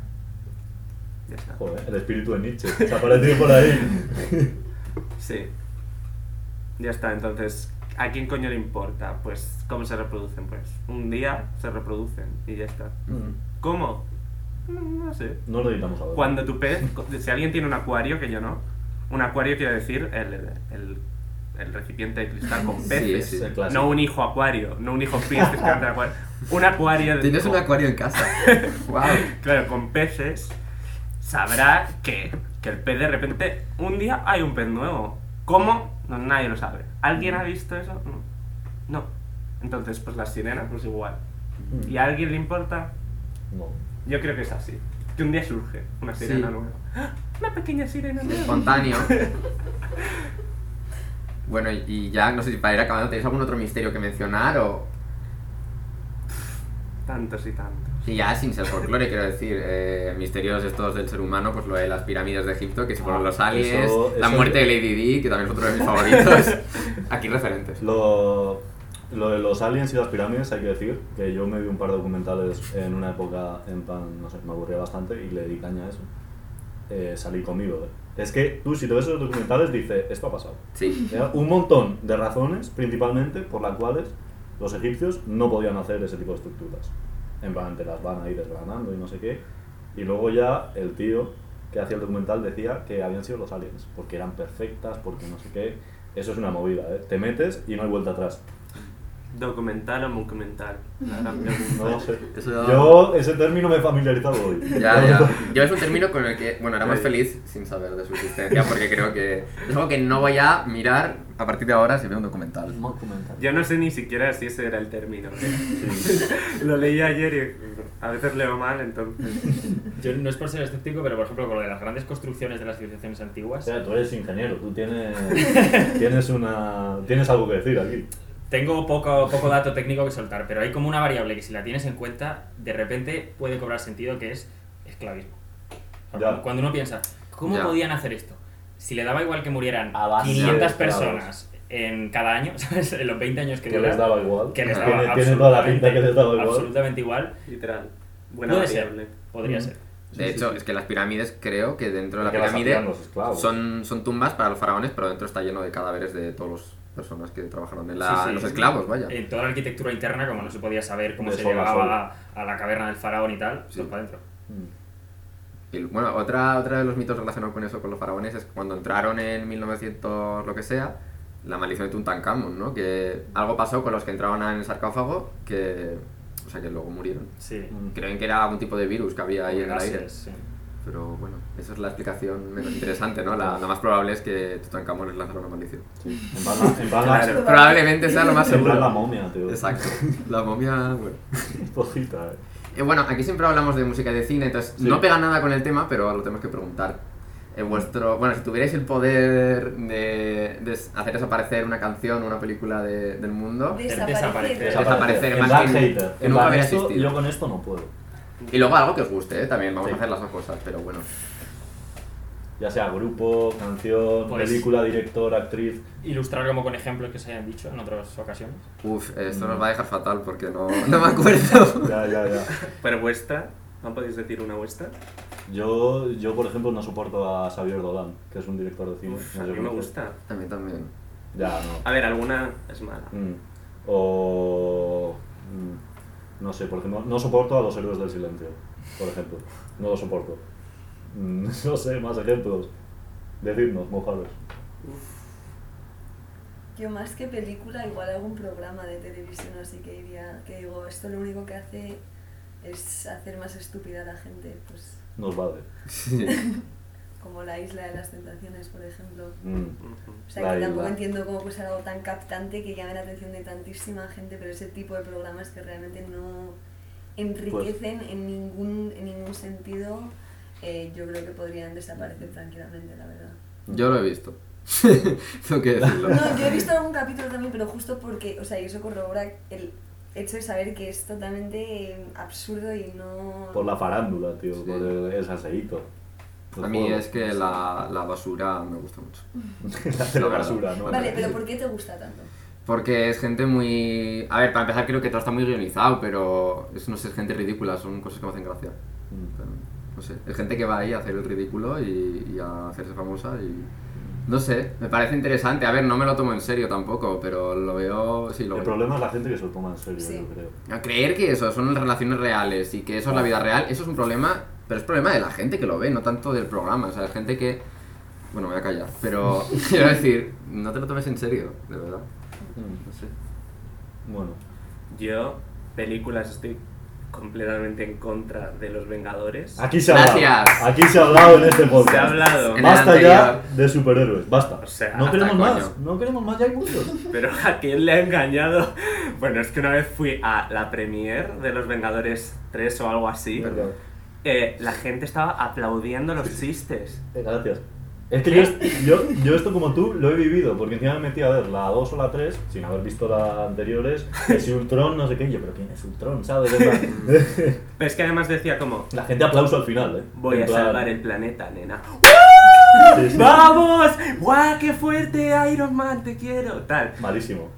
Speaker 5: Ya está.
Speaker 3: Joder, el espíritu de Nietzsche. Se ha aparecido por ahí.
Speaker 5: Sí. Ya está, entonces, ¿a quién coño le importa? Pues, ¿cómo se reproducen? Pues, un día se reproducen y ya está.
Speaker 3: Mm.
Speaker 5: ¿Cómo? No, no sé.
Speaker 3: No lo necesitamos ahora.
Speaker 5: Cuando tu pez, si alguien tiene un acuario, que yo no, un acuario quiero decir el, el- el recipiente de cristal con peces,
Speaker 2: Sí, sí.
Speaker 3: El clásico.
Speaker 5: eh, no un hijo acuario, no un hijo pez que se canta de acuario. Un acuario de
Speaker 2: Tienes
Speaker 5: con-
Speaker 2: un acuario en casa. wow.
Speaker 5: Claro, con peces, sabrá que, que el pez de repente, un día hay un pez nuevo. ¿Cómo? No, nadie lo sabe. ¿Alguien ha visto eso? No. No. Entonces, pues las sirenas, pues igual.
Speaker 3: Mm.
Speaker 5: ¿Y a alguien le importa?
Speaker 3: No.
Speaker 5: Yo creo que es así. Que un día surge una
Speaker 2: Sí.
Speaker 5: sirena nueva. ¡Ah! Una pequeña sirena nueva.
Speaker 2: Espontáneo. Bueno, y- y ya, no sé si para ir acabando, ¿tenéis algún otro misterio que mencionar? O
Speaker 5: Tantos y tantos.
Speaker 2: y ya sin ser folclore, quiero decir, eh, misterios estos del ser humano, pues lo de las pirámides de Egipto, que si fueron los aliens,
Speaker 3: eso-
Speaker 2: la
Speaker 3: eso-
Speaker 2: muerte de Lady Di, que también es otro de mis favoritos. Aquí referentes.
Speaker 3: Lo, lo de los aliens y las pirámides, hay que decir que yo me vi un par de documentales en una época en plan, no sé, me aburría bastante y le di caña a eso. Eh, salí conmigo. eh. Es que tú, si te ves esos documentales, dices, esto ha pasado.
Speaker 2: Sí.
Speaker 3: Era Eh, un montón de razones, principalmente, por las cuales los egipcios no podían hacer ese tipo de estructuras. En plan, te las van a ir desgranando y no sé qué. Y luego ya el tío que hacía el documental decía que habían sido los aliens, porque eran perfectas, porque no sé qué. Eso es una movida, ¿eh? Te metes y no hay vuelta atrás.
Speaker 5: Documental o documental. La gran
Speaker 3: No lo
Speaker 5: pregunta.
Speaker 3: sé.
Speaker 2: Eso-
Speaker 3: Yo ese término me he familiarizado hoy.
Speaker 2: Ya, ya. Yo es un término con el que, bueno, era muy feliz sin saber de su existencia, porque creo que es algo que no voy a mirar a partir de ahora si veo un documental.
Speaker 5: Yo no sé ni siquiera si ese era el término. Lo leí ayer y a veces leo mal, entonces.
Speaker 4: Yo no es por ser escéptico, pero por ejemplo, con lo de las grandes construcciones de las civilizaciones antiguas,
Speaker 3: tú eres ingeniero, tú tienes, tienes, una, tienes algo que decir aquí.
Speaker 4: tengo poco, poco dato técnico que soltar, pero hay como una variable que si la tienes en cuenta, de repente puede cobrar sentido que es esclavismo. O sea,
Speaker 3: Ya.
Speaker 4: Cuando uno piensa, ¿cómo
Speaker 2: Ya.
Speaker 4: podían hacer esto? Si le daba igual que murieran
Speaker 7: A base de
Speaker 4: 500
Speaker 3: esclavos.
Speaker 4: personas en cada año, ¿sabes? En los 20 años que,
Speaker 3: Que
Speaker 4: duran,
Speaker 3: les daba igual.
Speaker 4: que les
Speaker 2: Ah.
Speaker 4: daba
Speaker 3: tiene, tiene toda la pinta que les daba
Speaker 4: absolutamente-
Speaker 3: igual.
Speaker 4: Absolutamente igual.
Speaker 5: Literal. Buena
Speaker 4: Puede
Speaker 5: variable.
Speaker 4: ser, podría ser.
Speaker 2: De hecho, es que las pirámides, creo que dentro de la
Speaker 3: Que las
Speaker 2: pirámide
Speaker 3: hacían los esclavos.
Speaker 2: son, son tumbas para los faraones, pero dentro está lleno de cadáveres de todas las personas que trabajaron en la,
Speaker 4: Sí, sí.
Speaker 2: en los esclavos, vaya.
Speaker 4: En toda la arquitectura interna, como no se podía saber cómo
Speaker 3: De
Speaker 4: se
Speaker 3: sol a sol.
Speaker 4: llegaba a, a la caverna del faraón y tal, pues para adentro.
Speaker 2: Y, bueno, otra, otra de los mitos relacionados con eso, con los faraones, es que cuando entraron en 1900, lo que sea, la maldición de Tutankamón, ¿no? Que algo pasó con los que entraban en el sarcófago, que, o sea, que luego murieron.
Speaker 4: Sí.
Speaker 2: Creen que era algún tipo de virus que había ahí en el aire.
Speaker 4: Gases, sí.
Speaker 2: Pero bueno, esa es la explicación menos interesante, ¿no? La, la más probable es que Tutankamón les lanzara una maldición.
Speaker 3: Sí. En plan, la- en plan, la-
Speaker 5: Claro.
Speaker 2: Probablemente sea lo más
Speaker 3: en plan la
Speaker 2: seguro.
Speaker 3: momia, tío.
Speaker 2: Exacto. La momia, bueno.
Speaker 3: Ojita, eh.
Speaker 2: Eh, bueno, aquí siempre hablamos de música y de cine, entonces
Speaker 3: Sí.
Speaker 2: no pega nada con el tema, pero lo tenemos que preguntar. En vuestro, bueno, si tuvierais el poder de, de hacer desaparecer una canción o una película de- del mundo,
Speaker 4: Desaparecer.
Speaker 6: Desaparecer.
Speaker 2: Desaparecer,
Speaker 3: En
Speaker 2: más
Speaker 3: plan
Speaker 2: que-
Speaker 3: hater.
Speaker 2: que
Speaker 3: En
Speaker 2: nunca
Speaker 3: plan,
Speaker 2: hubiera
Speaker 3: esto-
Speaker 2: existido.
Speaker 3: Yo con esto no puedo.
Speaker 2: y luego algo que os guste, ¿eh? también vamos
Speaker 3: Sí.
Speaker 2: a hacer las dos cosas, pero bueno.
Speaker 3: Ya sea grupo, canción,
Speaker 4: Pues-
Speaker 3: película, director, actriz.
Speaker 4: Ilustrar como con ejemplos que se hayan dicho en otras ocasiones.
Speaker 2: Uf, esto nos
Speaker 3: Mm.
Speaker 2: va a dejar fatal porque no, no me acuerdo.
Speaker 3: Ya, ya, ya.
Speaker 5: Pero vuestra, ¿no podéis decir una vuestra?
Speaker 3: Yo, yo, por ejemplo, no soporto a Xavier Dolan, que es un director de cine.
Speaker 5: Uf,
Speaker 3: no
Speaker 5: a
Speaker 3: sé
Speaker 5: mí me
Speaker 3: por qué.
Speaker 5: gusta.
Speaker 2: A mí también.
Speaker 3: Ya, no.
Speaker 5: A ver, alguna es mala.
Speaker 3: Mm. O. mm, No sé, por ejemplo, no soporto a los héroes del silencio, por ejemplo. No lo soporto. Mm, No sé, más ejemplos. Decidnos, mojaros.
Speaker 6: Yo más que película, igual algún programa de televisión así que iría, que digo, esto lo único que hace es hacer más estúpida a la gente, pues
Speaker 3: Nos vale.
Speaker 6: como la isla de las tentaciones, por ejemplo.
Speaker 3: Mm.
Speaker 5: Ujú.
Speaker 6: O sea,
Speaker 3: La
Speaker 6: que
Speaker 3: isla.
Speaker 6: tampoco entiendo cómo puede ser algo tan captante que llame la atención de tantísima gente, pero ese tipo de programas que realmente no enriquecen
Speaker 3: Pues
Speaker 6: en, ningún, en ningún sentido, eh, yo creo que podrían desaparecer tranquilamente, la verdad.
Speaker 2: Yo lo he visto. Tengo que decirlo.
Speaker 6: No, yo he visto algún capítulo también, pero justo porque, o sea, y eso corrobora el hecho de saber que es totalmente eh, absurdo y no...
Speaker 3: Por la farándula, tío,
Speaker 2: Sí.
Speaker 3: por el, el salseíto.
Speaker 2: A mí es que la, la basura me gusta mucho. la
Speaker 3: la
Speaker 2: verdad.
Speaker 3: basura, ¿no?
Speaker 6: Vale, pero ¿por qué te gusta tanto?
Speaker 2: Porque es gente muy... A ver, para empezar creo que todo está muy guionizado, pero es, no sé, es gente ridícula, son cosas que me hacen gracia.
Speaker 3: Mm.
Speaker 2: Pero, No sé, es gente que va ahí a hacer el ridículo y, y a hacerse famosa y... No sé, me parece interesante. A ver, no me lo tomo en serio tampoco, pero lo veo... Sí, lo
Speaker 3: El
Speaker 2: veo.
Speaker 3: problema es la gente que se lo toma en serio,
Speaker 6: Sí.
Speaker 3: yo creo.
Speaker 2: A creer que eso son relaciones reales y que eso es la vida real, eso es un problema, pero es problema de la gente que lo ve, no tanto del programa. O sea, es gente que. Bueno, me voy a callar, pero quiero decir, no te lo tomes en serio, de verdad. No sé.
Speaker 3: Bueno,
Speaker 5: Yo, películas, estoy completamente en contra de los Vengadores.
Speaker 3: aquí se ha hablado.
Speaker 2: Gracias.
Speaker 3: Aquí se ha hablado en este Ah, podcast.
Speaker 5: Se ha hablado,
Speaker 2: En el
Speaker 3: Basta ya
Speaker 2: anterior.
Speaker 3: de superhéroes, basta.
Speaker 5: O sea,
Speaker 3: no
Speaker 5: hasta
Speaker 3: queremos
Speaker 2: coño.
Speaker 3: más, no queremos más, ya hay muchos.
Speaker 5: pero ¿a quién le ha engañado? Bueno, es que una vez fui a la premiere de los Vengadores 3 o algo así.
Speaker 3: Verdad.
Speaker 5: Eh, la gente estaba aplaudiendo los chistes.
Speaker 3: Eh, Gracias. Es que yo, yo, yo esto como tú lo he vivido, porque encima me metí a ver la 2 o la 3, sin haber visto las anteriores, que si Ultron, no sé qué, y yo, pero ¿quién es Ultron? ¿Sabes? En plan,
Speaker 5: Pero es que además decía como,
Speaker 3: La gente aplauso al final, ¿eh?
Speaker 5: Mm. voy
Speaker 3: En
Speaker 5: a
Speaker 3: plan-
Speaker 5: salvar el planeta, nena.
Speaker 3: Sí, sí.
Speaker 5: ¡Vamos! ¡Guau, qué fuerte, Iron Man, te quiero! Tal.
Speaker 3: Malísimo.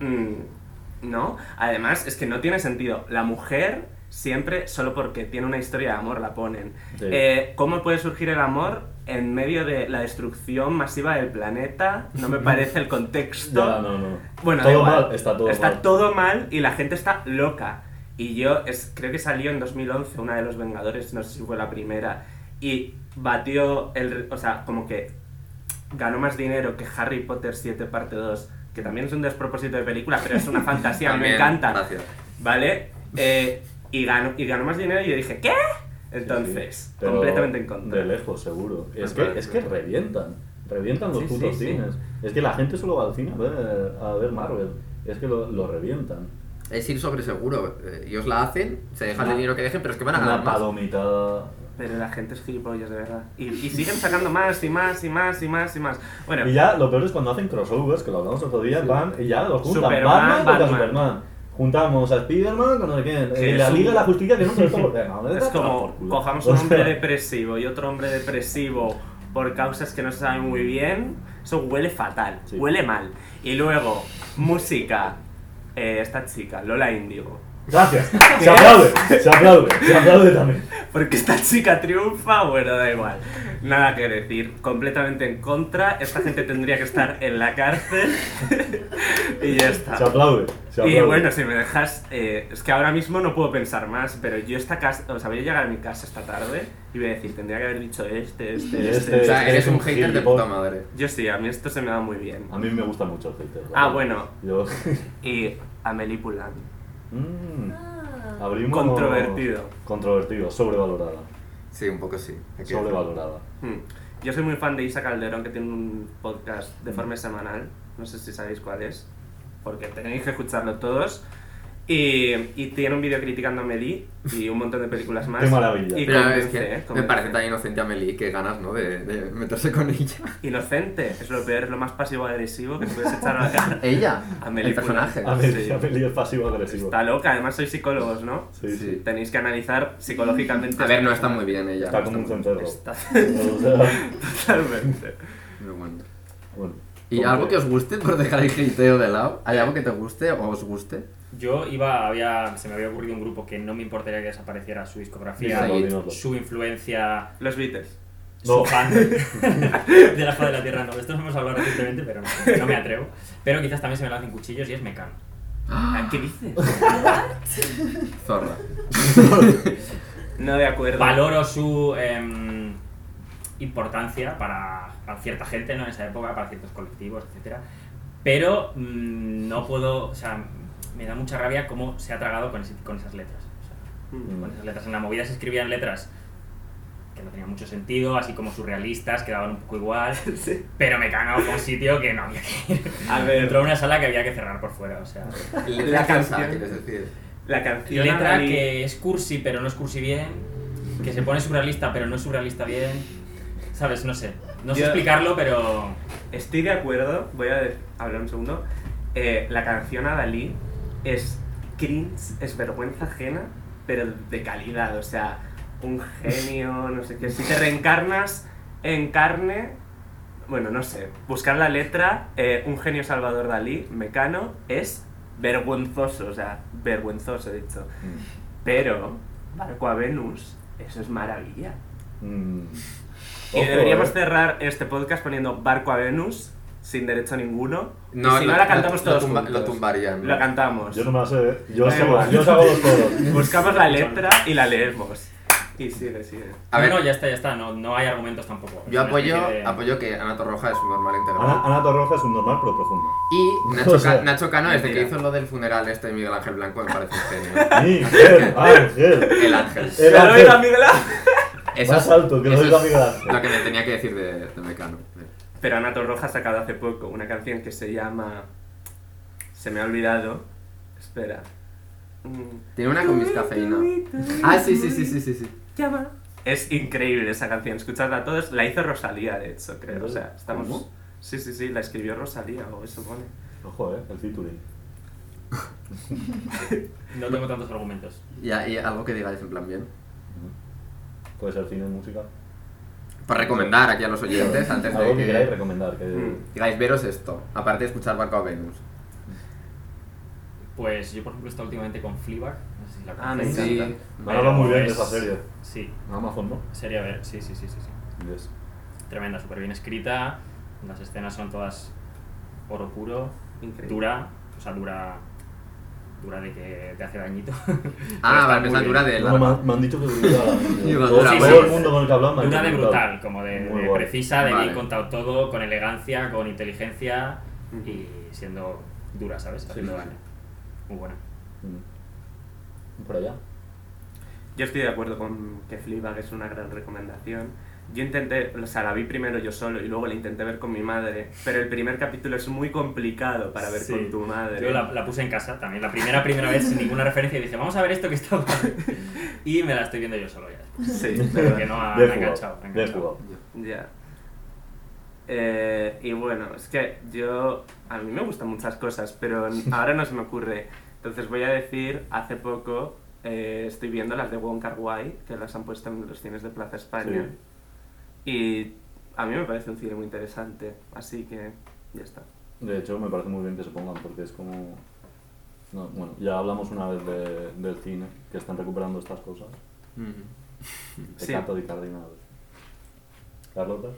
Speaker 5: Mm, no, además es que no tiene sentido. La mujer siempre, solo porque tiene una historia de amor, la ponen.
Speaker 3: Sí.
Speaker 5: Eh, ¿Cómo puede surgir el amor en medio de la destrucción masiva del planeta? No me parece el contexto.
Speaker 3: Ya, no, no.
Speaker 5: Bueno, da
Speaker 3: todo
Speaker 5: igual.
Speaker 3: mal, está todo mal.
Speaker 5: todo mal y la gente está loca. Y yo es, creo que salió en 2011 una de los Vengadores, no sé si fue la primera, y batió el... re- O sea, como que ganó más dinero que Harry Potter 7 parte 2, que también es un despropósito de película, pero es una fantasía,
Speaker 2: También,
Speaker 5: me encanta.
Speaker 2: Gracias.
Speaker 5: ¿Vale? Eh, y, ganó, y ganó más dinero y yo dije, ¿qué? Entonces,
Speaker 3: Sí, sí. Pero
Speaker 5: completamente en contra.
Speaker 3: De lejos, seguro. Es
Speaker 2: Claro,
Speaker 3: que, es que revientan. Revientan los
Speaker 5: Sí,
Speaker 3: putos
Speaker 5: sí, sí.
Speaker 3: cines. Es que la gente solo va al cine a ver, a ver Marvel. Es que lo, lo revientan.
Speaker 2: Es ir sobre seguro. eh, Ellos la hacen, se dejan el
Speaker 3: Una-
Speaker 2: dinero que dejen, pero es que van a ganar
Speaker 3: Una
Speaker 2: más.
Speaker 3: palomitada.
Speaker 5: Pero la gente es gilipollas, de verdad. Y, y siguen sacando más y más y más y más y más. Bueno,
Speaker 3: Y ya lo peor es cuando hacen crossovers, que lo hablamos otro día, van y ya lo juntan.
Speaker 5: Superman,
Speaker 3: Batman contra
Speaker 5: Batman.
Speaker 3: Superman. Juntamos a Spiderman con no sé quién.
Speaker 5: Que
Speaker 3: eh,
Speaker 5: es
Speaker 3: la
Speaker 5: un-
Speaker 3: Liga de la Justicia que no se lo
Speaker 5: es como cojamos un hombre depresivo y otro hombre depresivo por causas que no se saben muy bien. Eso huele fatal,
Speaker 3: Sí.
Speaker 5: huele mal. Y luego, música. Eh, esta chica, Lola Índigo.
Speaker 3: Gracias. Se aplaude, se aplaude, se aplaude también.
Speaker 5: Porque esta chica triunfa, bueno, da igual. Nada que decir, completamente en contra. Esta gente tendría que estar en la cárcel. y ya está.
Speaker 3: Se aplaude, se aplaude.
Speaker 5: Y bueno, si me dejas, eh, es que ahora mismo no puedo pensar más, pero yo esta casa, o sea, voy a llegar a mi casa esta tarde y voy a decir, tendría que haber dicho este, este,
Speaker 3: Este.
Speaker 5: este.
Speaker 2: O sea, eres un
Speaker 3: Eres un
Speaker 2: hater de
Speaker 3: gilipollas.
Speaker 2: puta madre.
Speaker 5: Yo sí, a mí esto se me da muy bien.
Speaker 3: A mí me gusta mucho el hater. la
Speaker 5: Ah,
Speaker 3: verdad.
Speaker 5: bueno,
Speaker 3: Yo...
Speaker 5: y Amelie Poulain.
Speaker 3: Mm.
Speaker 6: Ah.
Speaker 3: Abrimos...
Speaker 5: Controvertido.
Speaker 3: Controvertido, sobrevalorada.
Speaker 2: Sí, un poco sí. hay que-
Speaker 3: Sobrevalorada.
Speaker 5: Hmm. Yo soy muy fan de Isa Calderón, que tiene un podcast de forma semanal. No sé si sabéis cuál es, porque tenéis que escucharlo todos. Y, y tiene un vídeo criticando a Amelie y un montón de películas más.
Speaker 3: Qué maravilla.
Speaker 5: Y
Speaker 2: Pero es
Speaker 5: convence,
Speaker 2: que
Speaker 5: eh,
Speaker 2: me
Speaker 5: convence.
Speaker 2: parece tan inocente a Meli que ganas, ¿no? De, de meterse con ella.
Speaker 5: Inocente, es lo peor, es lo más pasivo-agresivo que te puedes echar a la cara.
Speaker 2: ¿Ella?
Speaker 5: Amelie
Speaker 2: el personaje.
Speaker 5: Poulain.
Speaker 3: A ver,
Speaker 5: Sí.
Speaker 3: a ver, es pasivo agresivo.
Speaker 5: Está loca, además sois psicólogos, ¿no?
Speaker 3: Sí, sí.
Speaker 2: Sí.
Speaker 5: Tenéis que analizar psicológicamente.
Speaker 2: A ver, no está muy bien ella.
Speaker 3: Está como un cencerro.
Speaker 5: Está-
Speaker 3: O sea,
Speaker 5: Totalmente.
Speaker 2: Pero bueno.
Speaker 3: bueno.
Speaker 2: ¿Y algo que os guste por dejar el griteo de lado? ¿Hay algo que te guste o os guste?
Speaker 4: Yo iba, había, se me había ocurrido un grupo que no me importaría que desapareciera su discografía,
Speaker 2: Dinos ahí.
Speaker 3: Dinotlo, dinotlo.
Speaker 4: su influencia,
Speaker 5: Los Beatles.
Speaker 3: No.
Speaker 4: su fan de la faz de la tierra. No, de esto no hemos hablado recientemente, pero no, no me atrevo. Pero quizás también se me lanzan cuchillos y es Mecano.
Speaker 5: ¿Qué dices?
Speaker 2: Zorra.
Speaker 5: No de acuerdo.
Speaker 4: Valoro su em, importancia para, para cierta gente ¿no? en esa época, para ciertos colectivos, etcétera. Pero mm, no puedo, o sea, me da mucha rabia cómo se ha tragado con, ese- con esas letras. O sea,
Speaker 5: Mm.
Speaker 4: con esas letras. En la movida se escribían letras que no tenían mucho sentido, así como surrealistas, que daban un poco igual,
Speaker 5: Sí.
Speaker 4: pero me cagaba un sitio que no había que ir.
Speaker 5: A ver.
Speaker 4: Entró a una sala que había que cerrar por fuera, o sea.
Speaker 2: La
Speaker 5: canción.
Speaker 2: ¿Quieres decir?
Speaker 5: La canción.
Speaker 4: Letra
Speaker 5: Analí-
Speaker 4: que es cursi pero no es cursi bien, que se pone surrealista pero no es surrealista bien, ¿sabes? No sé, no sé
Speaker 5: Yo-
Speaker 4: explicarlo, pero...
Speaker 5: Estoy de acuerdo, voy a de- hablar un segundo. Eh, la canción a Dalí es cringe, es vergüenza ajena, pero de calidad, o sea, un genio, no sé qué. Si te reencarnas en carne, bueno, no sé, buscar la letra, eh, un genio Salvador Dalí, mecano, es vergonzoso, o sea, vergonzoso, he dicho. Pero, Barco a Venus, eso es maravilla.
Speaker 3: Mm.
Speaker 5: Y
Speaker 3: Ojo,
Speaker 5: deberíamos
Speaker 3: eh.
Speaker 5: cerrar este podcast poniendo Barco a Venus, sin derecho a ninguno. Y
Speaker 2: No,
Speaker 5: si
Speaker 2: lo-
Speaker 5: no la cantamos
Speaker 2: lo-
Speaker 5: todos
Speaker 2: Lo, tumba-
Speaker 5: juntos.
Speaker 2: lo tumbarían. ¿no?
Speaker 5: Lo cantamos.
Speaker 3: Yo no me la sé, ¿eh? Yo,
Speaker 5: Da
Speaker 3: sé-
Speaker 5: igual.
Speaker 3: yo os hago los coros.
Speaker 5: Buscamos la letra y la leemos. Y sigue, sigue.
Speaker 2: A
Speaker 4: no,
Speaker 2: ver,
Speaker 4: no, ya está, ya está, no, no hay argumentos tampoco. Es
Speaker 2: yo
Speaker 4: una
Speaker 2: apoyo,
Speaker 4: especie de-
Speaker 2: apoyo que Ana Torroja es un normal integral.
Speaker 3: Ana, Ana Torroja es un normal pero profundo.
Speaker 2: Y Nacho,
Speaker 3: O sea,
Speaker 2: Ca- Nacho Cano, desde que
Speaker 5: mentira.
Speaker 2: hizo lo del funeral este de Miguel Ángel Blanco, me parece un genio.
Speaker 3: Miguel, Ángel.
Speaker 2: El ángel.
Speaker 3: El
Speaker 5: ¡Pero
Speaker 3: ángel.
Speaker 5: era Miguel Ángel!
Speaker 2: Eso
Speaker 3: Eh, Más
Speaker 2: es-
Speaker 3: alto, que lo
Speaker 2: eso
Speaker 3: diga
Speaker 2: es
Speaker 3: Miguel Ángel.
Speaker 2: Lo que me tenía que decir de, de Mecano.
Speaker 5: Pero Ana Torroja ha sacado hace poco una canción que se llama. Se me ha olvidado. Espera. Mm.
Speaker 2: Tiene una con cafeína. Ah, sí, sí, sí, sí, sí. sí.
Speaker 5: Llama. Es increíble esa canción, escuchadla a todos. La hizo Rosalía, de hecho, creo. O sea, estamos.
Speaker 3: ¿Cómo?
Speaker 5: Sí, sí, sí, la escribió Rosalía, o eso pone.
Speaker 3: Ojo, eh, el featuring.
Speaker 4: No tengo tantos argumentos.
Speaker 2: Y, y algo que digáis en plan bien.
Speaker 3: Puede ser cine, música.
Speaker 2: Para recomendar aquí a los oyentes, antes de
Speaker 3: Algo que queráis
Speaker 2: que
Speaker 3: recomendar. Que...
Speaker 5: Mm.
Speaker 2: digáis veros esto, aparte de escuchar Barco a Venus.
Speaker 4: Pues yo, por ejemplo, he estado últimamente con Fleabag, no sé si la
Speaker 5: Ah, me
Speaker 4: conocéis.
Speaker 5: encanta.
Speaker 2: Sí,
Speaker 3: Me habla muy bien de
Speaker 4: Es-
Speaker 3: esa serie.
Speaker 4: Sí,
Speaker 3: Amazon, ¿no?
Speaker 4: sería ver, sí, sí, sí, sí. sí.
Speaker 3: Yes.
Speaker 4: Tremenda, súper bien escrita, las escenas son todas oro puro,
Speaker 5: Increíble.
Speaker 4: dura, o sea, dura... Dura de que te hace dañito.
Speaker 2: Ah, vale,
Speaker 4: es
Speaker 2: pensaba que dura de
Speaker 3: No, me,
Speaker 2: larga.
Speaker 3: han- me han dicho que es brutal.
Speaker 2: Iba a
Speaker 3: todo
Speaker 2: durar,
Speaker 3: todo
Speaker 4: sí.
Speaker 3: el mundo con el que hablamos.
Speaker 4: Dura de brutal, como de,
Speaker 3: Muy
Speaker 4: de
Speaker 3: guay.
Speaker 4: precisa, de
Speaker 2: Vale.
Speaker 4: bien contado todo, con elegancia, con inteligencia.
Speaker 5: Mm.
Speaker 4: y siendo dura, ¿sabes? Haciendo daño. Muy buena.
Speaker 1: Por allá.
Speaker 5: Yo estoy de acuerdo con que Fleabag es una gran recomendación. Yo intenté, o sea, la vi primero yo solo y luego la intenté ver con mi madre, pero el primer capítulo es muy complicado para ver
Speaker 4: Sí.
Speaker 5: con tu madre.
Speaker 4: Yo la, la puse en casa también, la primera, primera vez sin ninguna referencia y dije, vamos a ver esto que está mal. Y me la estoy viendo yo solo ya.
Speaker 5: Sí,
Speaker 4: Porque no ha, ha
Speaker 3: Bien jugado,
Speaker 4: Ah, enganchado. ha
Speaker 3: bien
Speaker 4: enganchado.
Speaker 3: jugado.
Speaker 5: Ya. Eh, y bueno, es que yo. A mí me gustan muchas cosas, pero n- ahora no se me ocurre. Entonces voy a decir: hace poco eh, estoy viendo las de Wong Kar Wai, que las han puesto en los cines de Plaza España. Y a mí me parece un cine muy interesante, así que ya está.
Speaker 3: De hecho, me parece muy bien que se pongan porque es como... no, bueno, ya hablamos una vez de- del cine, que están recuperando estas cosas.
Speaker 5: Sí.
Speaker 3: Peccato di Cardinale. Carlota,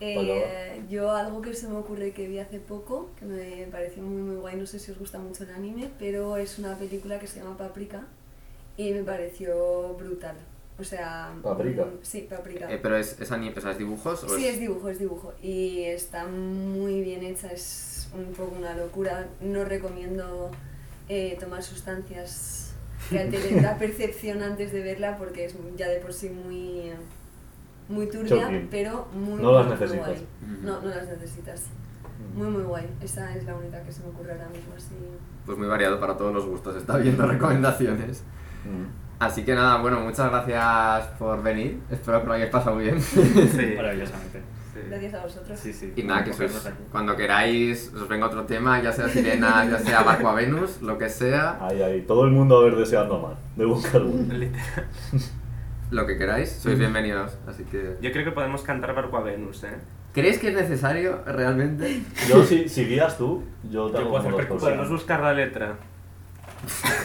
Speaker 6: Eh, yo algo que se me ocurre que vi hace poco, que me pareció muy muy guay, no sé si os gusta mucho el anime, pero es una película que se llama Paprika y me pareció brutal. O sea...
Speaker 3: ¿Paprika?
Speaker 6: mm, Sí, Paprika.
Speaker 2: Eh, pero es, es anime, o sea, ¿es dibujos o
Speaker 6: Sí, es dibujo, es dibujo. Y está muy bien hecha, es un poco una locura. No recomiendo eh, tomar sustancias que alteren la percepción antes de verla porque es ya de por sí muy, muy turbia,
Speaker 3: Shocking.
Speaker 6: pero muy,
Speaker 3: No las
Speaker 6: muy
Speaker 3: necesitas.
Speaker 6: guay. No, no las necesitas. Muy, muy guay. Esa es la única que se me ocurre ahora mismo. Así.
Speaker 2: Pues muy variado para todos los gustos, está viendo recomendaciones.
Speaker 3: Mm.
Speaker 2: Así que nada, bueno, muchas gracias por venir. Espero que lo hayáis pasado bien.
Speaker 5: Sí.
Speaker 4: Maravillosamente.
Speaker 6: Gracias a vosotros.
Speaker 4: Sí, sí.
Speaker 2: Y nada, que
Speaker 4: Cogernos
Speaker 2: sois-
Speaker 4: aquí.
Speaker 2: cuando queráis, os venga otro tema, ya sea Sirena, ya sea Barco a Venus, lo que sea,
Speaker 3: Ahí, ahí. Todo el mundo a ver deseando mal. De buscar
Speaker 5: Literal.
Speaker 2: lo que queráis, sois bienvenidos. Así que.
Speaker 5: Yo creo que podemos cantar Barco a Venus, ¿eh?
Speaker 2: ¿Creéis que es necesario realmente?
Speaker 3: Yo, si, si guías tú, yo te
Speaker 4: Yo
Speaker 3: hago
Speaker 4: puedo
Speaker 3: como
Speaker 4: hacer
Speaker 3: dos
Speaker 5: Podemos
Speaker 3: cosas.
Speaker 5: buscar la letra.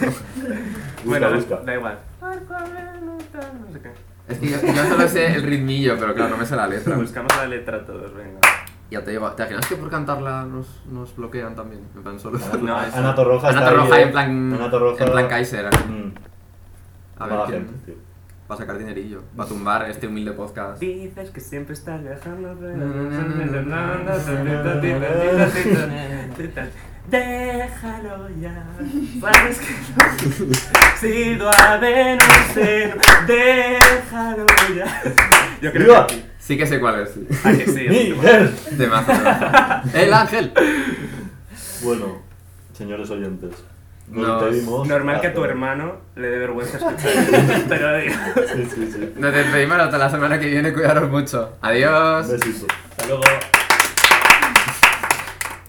Speaker 3: Busca,
Speaker 5: Bueno, da-
Speaker 3: busca.
Speaker 5: da igual. Barco a Venus, tal, no sé qué.
Speaker 2: Es que yo, yo solo sé el ritmillo, pero claro, no me sé la letra.
Speaker 5: Buscamos la letra todos, venga.
Speaker 2: Ya te digo, ¿te imaginas que por cantarla nos, nos bloquean también? En plan, solo.
Speaker 5: No,
Speaker 3: Ana,
Speaker 5: es-
Speaker 3: Ana Torroja
Speaker 2: Ana
Speaker 3: está ahí,
Speaker 2: Torroja
Speaker 3: eh.
Speaker 2: en plan.
Speaker 3: Ana Torroja.
Speaker 2: En plan Kaiser.
Speaker 3: Mm.
Speaker 2: A ver
Speaker 3: Mala
Speaker 2: quién
Speaker 3: gente, tío.
Speaker 2: va a sacar dinerillo. Va a tumbar este humilde podcast.
Speaker 5: Dices que siempre estás viajando. Déjalo ya. Sabes que no. Sigo a denunciar. Déjalo ya. Yo
Speaker 3: ¡Viva!
Speaker 5: que sí.
Speaker 2: Sí que sé cuál es. sí.
Speaker 5: Ah, que sí. es un tema.
Speaker 3: ¡Miguel!
Speaker 2: De más. ¡El ángel!
Speaker 3: Bueno, señores oyentes, nos
Speaker 2: No,
Speaker 3: despedimos.
Speaker 5: Normal que a
Speaker 3: Hasta-
Speaker 5: tu hermano le dé vergüenza escuchar. Te lo digo.
Speaker 3: Sí, sí, sí.
Speaker 2: Nos despedimos hasta la semana que viene. Cuidaros mucho. Adiós.
Speaker 3: Un besito.
Speaker 4: Hasta luego.